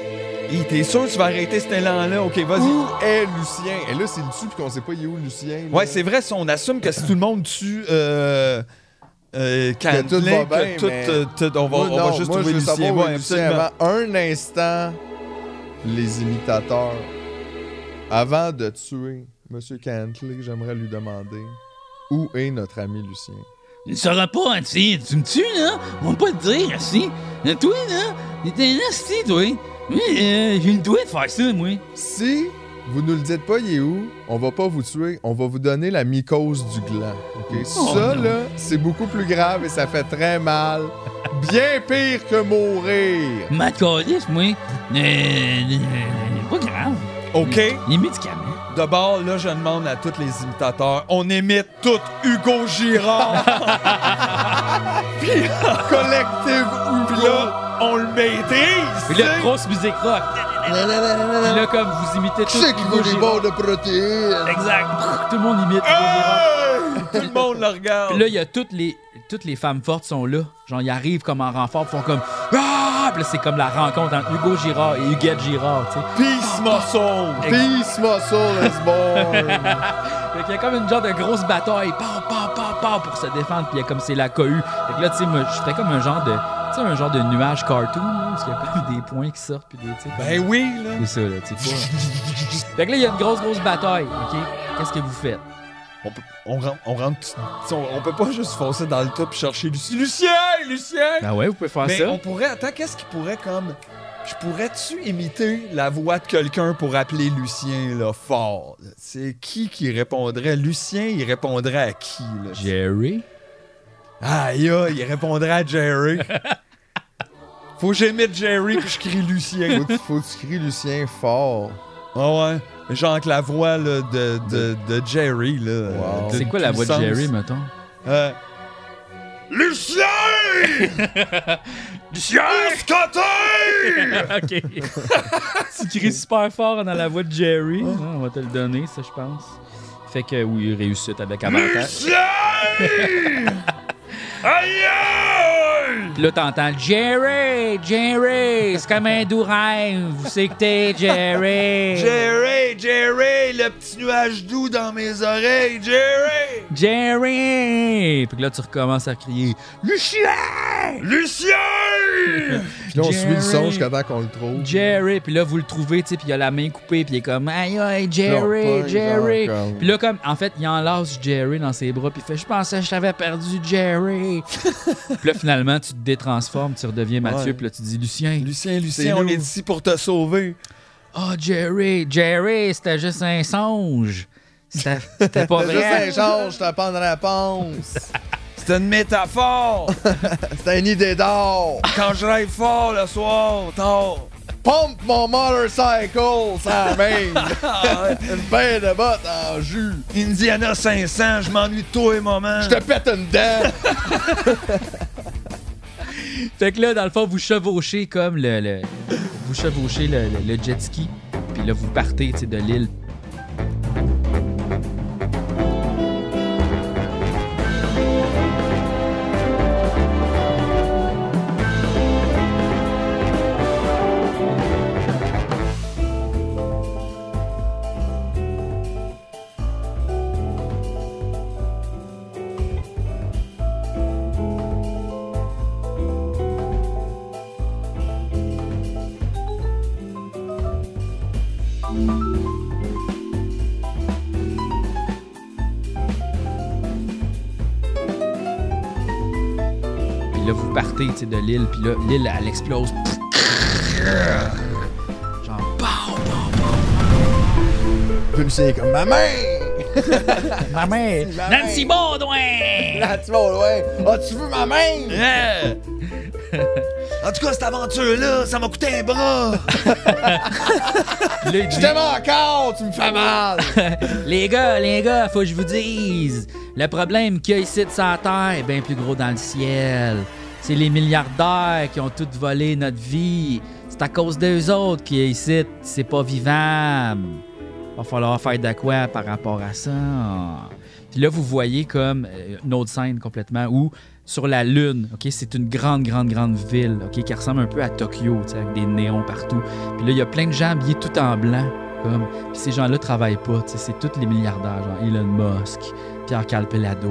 Hey, T'es sûr que tu vas arrêter cet élan-là? Ok, vas-y.
Où est Lucien? Et là, c'est le dessus, puis qu'on sait pas, il est où Lucien? là.
Ouais, c'est vrai, si on assume que si tout le monde tue. Euh, euh, Candlin,
tout va
que
bien,
tout,
mais-
euh, tout- on va,
Moi,
on va
non,
juste
moi,
trouver
je veux
Lucien.
savoir où
Ouais,
est Lucien
absolument.
avant un instant, les imitateurs, avant de tuer M. Cantley, j'aimerais lui demander où est notre ami Lucien?
Il ne saura pas, hein, tu sais, tu me tues, là. On va pas le dire, si. Mais Toi, là, t'es là, si, toi. Oui, euh, j'ai le doigt de faire ça, moi.
Si vous ne le dites pas, il est où, on va pas vous tuer, on va vous donner la mycose du gland. ok?
Oh,
ça,
non.
là, c'est beaucoup plus grave et ça fait très mal. Bien pire que mourir.
Ma calice, moi. Euh, euh, pas grave.
Ok,
Les médicaments.
d'abord, là, je demande à tous les imitateurs, on imite tout Hugo
(laughs)
Girard,
Collective
puis là, on le maîtrise.
Puis là, grosse musique rock. Puis là, comme vous imitez tout.
C'est qui
Hugo
veut des
Girard.
bords de protéines.
Exact. Tout le monde imite. Hugo
Ah!
Girard.
Tout le monde le regarde.
Puis là, il y a toutes les, toutes les femmes fortes sont là. Genre, ils arrivent comme en renfort, puis font comme Ah! Puis là, c'est comme la rencontre entre Hugo Girard et Huguette Girard, tu sais.
Peace muscle.
Peace muscle is born.
Fait qu'il y a comme une genre de grosse bataille, pa pa pa pa pour se défendre, puis il y a comme c'est la cohue. Fait que là, tu sais, moi, je ferais comme un genre de, tu sais, un genre de nuage cartoon, là, parce qu'il y a comme des points qui sortent, puis des, tu sais, comme-
Ben oui, là.
c'est ça, là, tu sais. pas- (laughs) fait que là, il y a une grosse grosse bataille, ok. Qu'est-ce que vous faites
On rentre, on rentre, tu sais, on, on peut pas juste foncer dans le top et chercher Lucien. Lucien, Lucien!
Ben ouais, vous pouvez faire
Mais
ça.
on pourrait, attends, qu'est-ce qui pourrait comme, je pourrais-tu imiter la voix de quelqu'un pour appeler Lucien, là, fort? là? C'est qui qui répondrait? Lucien, il répondrait à qui, là?
Jerry.
Aïe, aïe, il répondrait à Jerry. Faut que j'imite Jerry puis je crie Lucien.
faut, que- faut que tu cries Lucien fort.
Ah ouais. Genre que la voix là, de, de, de Jerry, là. euh,
C'est
d'une
quoi la voix de
puissance.
Jerry, mettons
Euh, (laughs) Lucien! Lucien!
(laughs) Ok. tu cries super fort dans la voix de Jerry. Ah, on va te le donner, ça, je pense. Fait que oui, réussite avec avantage. (laughs) Puis là, t'entends Jerry, Jerry, c'est comme un doux rêve. Vous savez que t'es Jerry.
Jerry, Jerry, le petit nuage doux dans mes oreilles, Jerry!
Jerry. Puis que là, tu recommences à crier Lucien!
Lucien!
Puis là, on suit le son
Jerry.
jusqu'à temps qu'on le trouve.
Jerry. Puis là, vous le trouvez, tu sais, puis il a la main coupée, puis il est comme Aïe, aïe, Jerry,
Là,
Jerry.
genre, comme-
Puis là, comme, en fait, il enlace Jerry dans ses bras, puis il fait Je pensais que je t'avais perdu,
(laughs)
Jerry. puis là, finalement, tu te détransformes, tu redeviens Mathieu,
Ouais.
puis là, tu dis Lucien.
Lucien, Lucien, on
nous.
est ici pour te sauver.
Ah, Jerry, Jerry, c'était juste un songe. C'était c'était pas
(laughs) C'est juste
vrai.
un genre, je t'apprends de réponse.
C'est une (laughs) métaphore!
C'est une idée d'or.
Quand je rêve fort le soir, tard.
Pompe mon motorcycle, ça mène.
(laughs)
une paire de bottes en jus.
Indiana 500, je m'ennuie de toi, maman.
Je te pète une dent.
Fait que là, dans le fond, vous chevauchez comme le. le- vous chevauchez le, le- le jet ski, puis là, vous partez tu sais, de l'île. Puis là, vous partez tu sais, de l'île, puis là, l'île, elle explose. Genre, pow,
Puis Lucien est comme ma main.
pow, (laughs) ma mère!
Ma main.
Nancy Baudouin!
Là, tu vas loin. Ah, tu veux ma main?
Yeah! en tout cas, cette aventure-là, ça m'a coûté un bras!
Puis là, il dit,
Je t'aime encore, tu me fais mal.
les gars, les gars, faut que je vous dise, le problème qu'il y a ici de sa terre est bien plus gros dans le ciel. C'est les milliardaires qui ont tout volé notre vie. C'est à cause d'eux autres qui est ici, c'est pas vivable. va falloir faire de quoi par rapport à ça. Puis là, vous voyez comme euh, une autre scène complètement où, sur la Lune, OK, c'est une grande, grande, grande ville OK, qui ressemble un peu à Tokyo, tu sais, avec des néons partout. Puis là, il y a plein de gens habillés tout en blanc. Comme. Puis ces gens-là travaillent pas. tu sais, C'est tous les milliardaires, genre Elon Musk, Pierre Calpelado,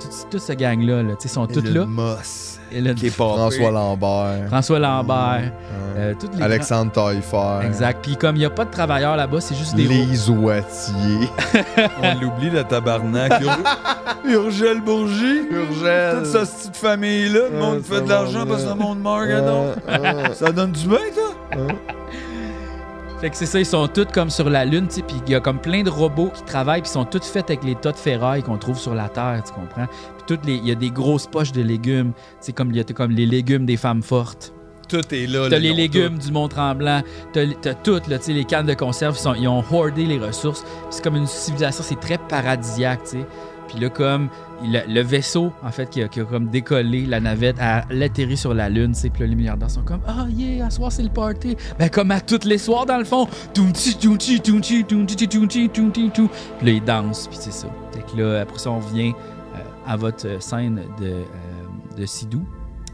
tout, tout ce gang-là. Là, tu sais, ils sont tous
Elon
là.
Musk,
Elon-
François Lambert,
François Lambert,
hein,
euh, toutes les
Alexandre Taillefer,
grands- Exact. Puis comme il n'y a pas de travailleurs là-bas, c'est juste des
Lise Wattier,
(laughs) On l'oublie, la tabarnak. Ur- Urgel Bourgie.
Urgel.
Toute cette petite famille-là. Le
Ah,
monde fait de l'argent parce que le monde meurt, gadon.
Euh, euh,
Ça donne du bien, toi?
Fait que c'est ça, ils sont tous comme sur la Lune, tu sais, puis il y a comme plein de robots qui travaillent, puis ils sont tous faits avec les tas de ferraille qu'on trouve sur la Terre, tu comprends? Puis toutes les, il y a des grosses poches de légumes, tu sais, comme il y a comme les légumes des femmes fortes.
Tout est là.
T'as
là,
les
ils ont
légumes du Mont-Tremblant, t'as t'as tout, là, tu sais, les cannes de conserve, ils, sont- ils ont hoardé les ressources. Puis C'est comme une civilisation, c'est très paradisiaque, tu sais. Puis là, comme le, le vaisseau, en fait, qui a, qui a comme décollé la navette, a l'atterri sur la Lune, tu sais. Puis là, les milliardaires sont comme, ah yeah, à ce soir, c'est le party. Ben, comme à tous les soirs, dans le fond. Tounti, tounti, tounti, tounti, tounti, tounti, tout. Puis là, ils dansent, puis c'est ça. Fait que là, après ça, on vient euh, à votre euh, scène de, euh, de Sidou.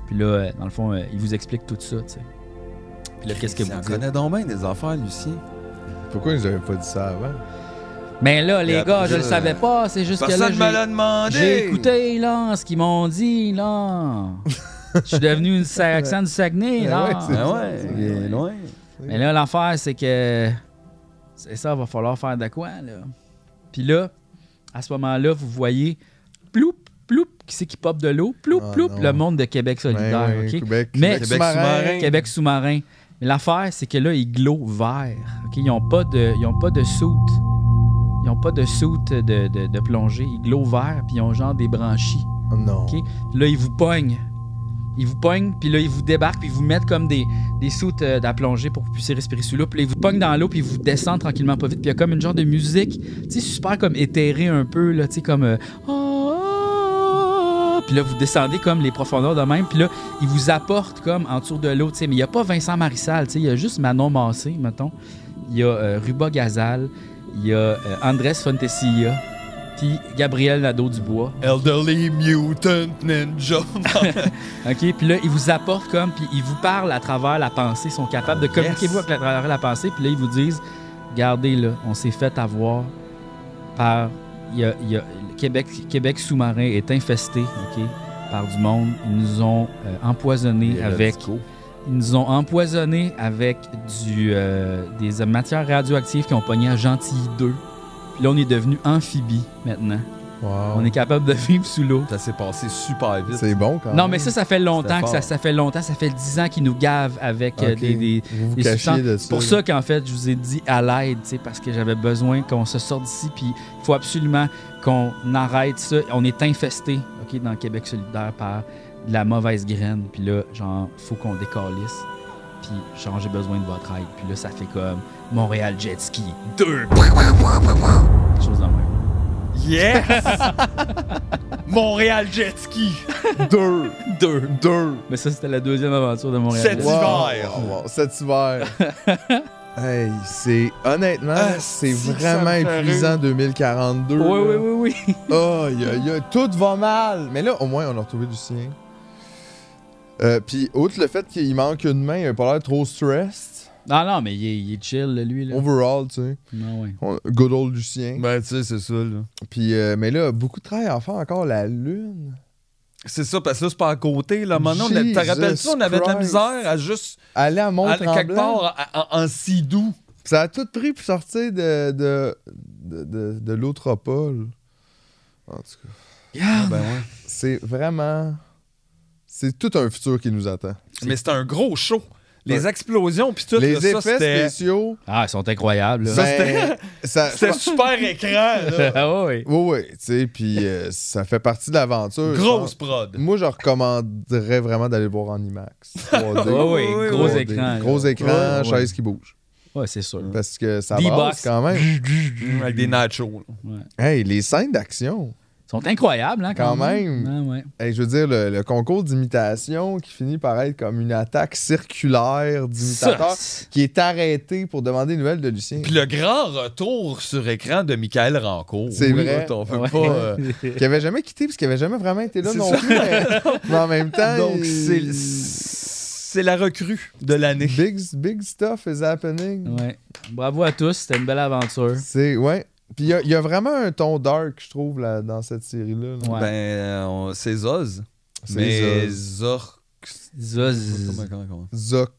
Puis là, euh, dans le fond, euh, il vous explique tout ça, tu sais. Puis là, qu'est-ce que vous
On
dites?
connaît donc bien des affaires, Lucien.
Pourquoi ils nous avaient pas dit ça avant?
Mais là, les
Et
gars,
après
je le
ça,
savais pas. C'est juste que là,
Personne ne me
j'ai-
l'a demandé.
j'ai écouté, là, ce qu'ils m'ont dit, là. Je suis devenu une accent du Saguenay, là.
ouais, c'est
Ah ouais, il est loin.
Mais là, l'affaire, c'est que. C'est ça, va falloir faire de quoi, là. Puis là, à ce moment-là, vous voyez. Ploup, ploup, qui c'est qui pop de l'eau? Ploup,
Ah,
ploup,
non.
le monde de Québec solidaire,
Ben oui,
OK?
Québec,
Mais-
Québec
Québec
sous-marin.
Québec sous-marin. Mais l'affaire, c'est que là, ils glowent vert. OK? Ils n'ont pas de, ils ont pas de soute. Ils n'ont pas de soute de, de, de plongée. Ils glowent vert, puis ils ont genre des branchies.
Oh Non.
OK? Puis là, ils vous pognent. Ils vous pognent, puis là, ils vous débarquent, puis ils vous mettent comme des, des soutes euh, de la plongée pour que vous puissiez respirer sous l'eau. Puis là, ils vous pognent dans l'eau, puis ils vous descendent tranquillement pas vite. Puis il y a comme une genre de musique, tu sais, super comme éthérée un peu, là, tu sais, comme. euh, Ah, ah, ah. puis là, vous descendez comme les profondeurs de même. Puis là, ils vous apportent comme en dessous de l'eau, tu sais. Mais il n'y a pas Vincent Marissal, tu sais. Il y a juste Manon Massé, mettons. Il y a euh, Ruba Gazal. Il y a euh, Andrés Fontesilla. Puis Gabriel Nadeau-Dubois.
Elderly Mutant (laughs) Ninja.
OK? Puis là, ils vous apportent comme, puis ils vous parlent à travers la pensée. Ils sont capables de communiquer vous à travers la pensée. Puis là, ils vous disent, regardez, là, on s'est fait avoir par... il y a- il y a- le Québec, Québec sous-marin est infesté, OK? Par du monde. Ils nous ont euh, empoisonnés avec... Ils nous ont empoisonnés avec du, euh, des euh, matières radioactives qui ont pogné à Gentilly 2. Puis là, on est devenu amphibie maintenant.
Wow.
On est capable de vivre sous l'eau.
Ça s'est passé super vite.
C'est bon quand même.
Non, mais ça, ça fait longtemps
C'était
que ça,
fort.
ça fait longtemps. Ça fait 10 ans qu'ils nous gavent avec euh,
Ok.
des, des-
Vous vous
des substances.
cachiez de ça.
Pour ça qu'en fait, je vous ai dit à l'aide, tu sais, parce que j'avais besoin qu'on se sorte d'ici, puis il faut absolument qu'on arrête ça. On est infesté, OK, dans Québec solidaire par de la mauvaise graine, puis là, genre, faut qu'on décalisse, puis genre, j'ai besoin de votre aide. Puis là, ça fait comme Montréal Jet Ski 2. Quelque chose dans le même.
(laughs)
Yes! Montréal Jet Ski,
Deux. Deux. Deux.
Mais ça, c'était la deuxième aventure de Montréal.
Cet
Jet Ski.
hiver.
wow, wow, Cet hiver.
(laughs)
hey, c'est honnêtement,
Ah,
c'est
si, ça
vraiment
me fait
épuisant 2042.
Oui, oui,
là.
oui, oui.
Aïe, aïe, aïe, tout va mal. Mais là, au moins, on a retrouvé du sien. Euh, Puis, outre le fait qu'il manque une main, il a pas l'air trop stressed.
Non, non, mais il est, il est chill, là, lui, là.
Overall, tu sais.
Non, ouais.
On- Good old Lucien.
Ben, tu sais, c'est ça, là.
Puis, euh, mais là, beaucoup de travail à faire encore. La lune.
C'est ça, parce que là, c'est pas à côté, là. Maintenant, on a-
Jesus
te rappelles-tu, on avait de la
Christ.
misère à juste.
Aller à mont
à- quelque part, à- à- en si doux.
Ça a tout pris pour sortir de, de, de, de, de l'Autropole. En tout cas, Ah,
Ben ouais.
c'est vraiment. C'est tout un futur qui nous attend.
Mais c'était un gros show. Les explosions, puis tout,
Les
là,
effets
ça, c'était.
spéciaux.
Ah, ils sont incroyables, là. (laughs)
ben, ça-
C'était super écran,
(laughs)
là.
ah, ouais.
Oui, oui, tu sais, puis euh, ça fait partie de l'aventure. je
Grosse
pense.
prod.
Moi, je recommanderais vraiment d'aller voir
(laughs)
en IMAX. 3D,
Ouais, ouais, gros
3D,
écran, là.
Gros écran,
Ouais, ouais.
chaise qui bouge.
Ouais, c'est sûr.
Parce que ça
D-box.
brasse quand même.
Avec des nachos.
Hey, les scènes d'action.
Ils sont incroyables, hein, quand,
Quand même.
Ah, ouais.
Hey, je veux dire, le, le concours d'imitation qui finit par être comme une attaque circulaire d'imitateur
Ça, c'est-
qui est arrêté pour demander une nouvelle de Lucien.
Puis le grand retour sur écran de Michael Rancourt.
C'est vrai.
On peut
Ouais.
pas. euh,
Qui avait jamais quitté parce qu'il avait jamais vraiment été là
C'est
non
ça.
plus. Mais, mais en même temps.
Donc,
il-
c'est- c'est la recrue de l'année.
Big, big stuff is happening.
(laughs) ouais. Bravo à tous, c'était une belle aventure.
C'est. Ouais. Puis il y a- il y, a vraiment un ton dark, je trouve, là, dans cette série-là. là.
Ouais.
Ben, euh, on- c'est Zoz.
C'est
Mais
Zoz.
Zork.
Zoz.
Comment, comment, comment?
Zoc.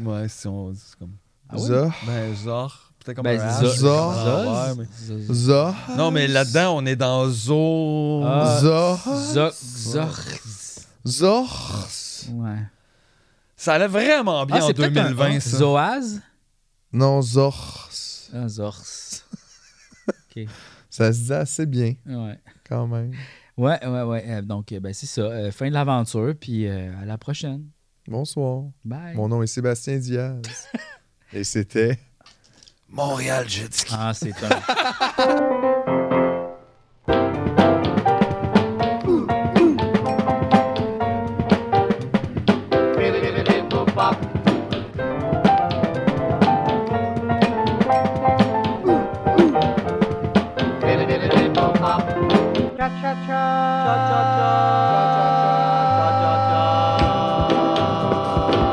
Ouais, si on dit comme.
Ah ouais?
Zoc.
Ben, Zork. Peut-être comme
Ben,
un
Zoz.
H.
Zork.
Ah, ouais,
Zoz.
Zoc.
mais- Non, mais là-dedans, on est dans Zo.
Ah.
Zoc.
Zoc. Zorz.
Zorz.
Ouais.
Ça allait vraiment bien
Ah,
en
c'est peut-être un-
2020,
un
ça.
Zoaz.
Non, Zorz.
Ah, Zorz.
Ça se dit assez bien,
Ouais.
quand même.
Ouais, ouais, ouais. Euh, donc, euh, ben, c'est ça. Euh, fin de l'aventure, puis euh, à la prochaine.
Bonsoir.
Bye.
Mon nom est Sébastien Diaz. Et c'était.
Montréal Jet Ski.
Ah, c'est un.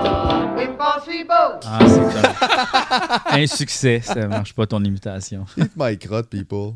Impossible!
Ah, c'est un. un succès. Ça marche pas ton imitation.
Eat my crot, people.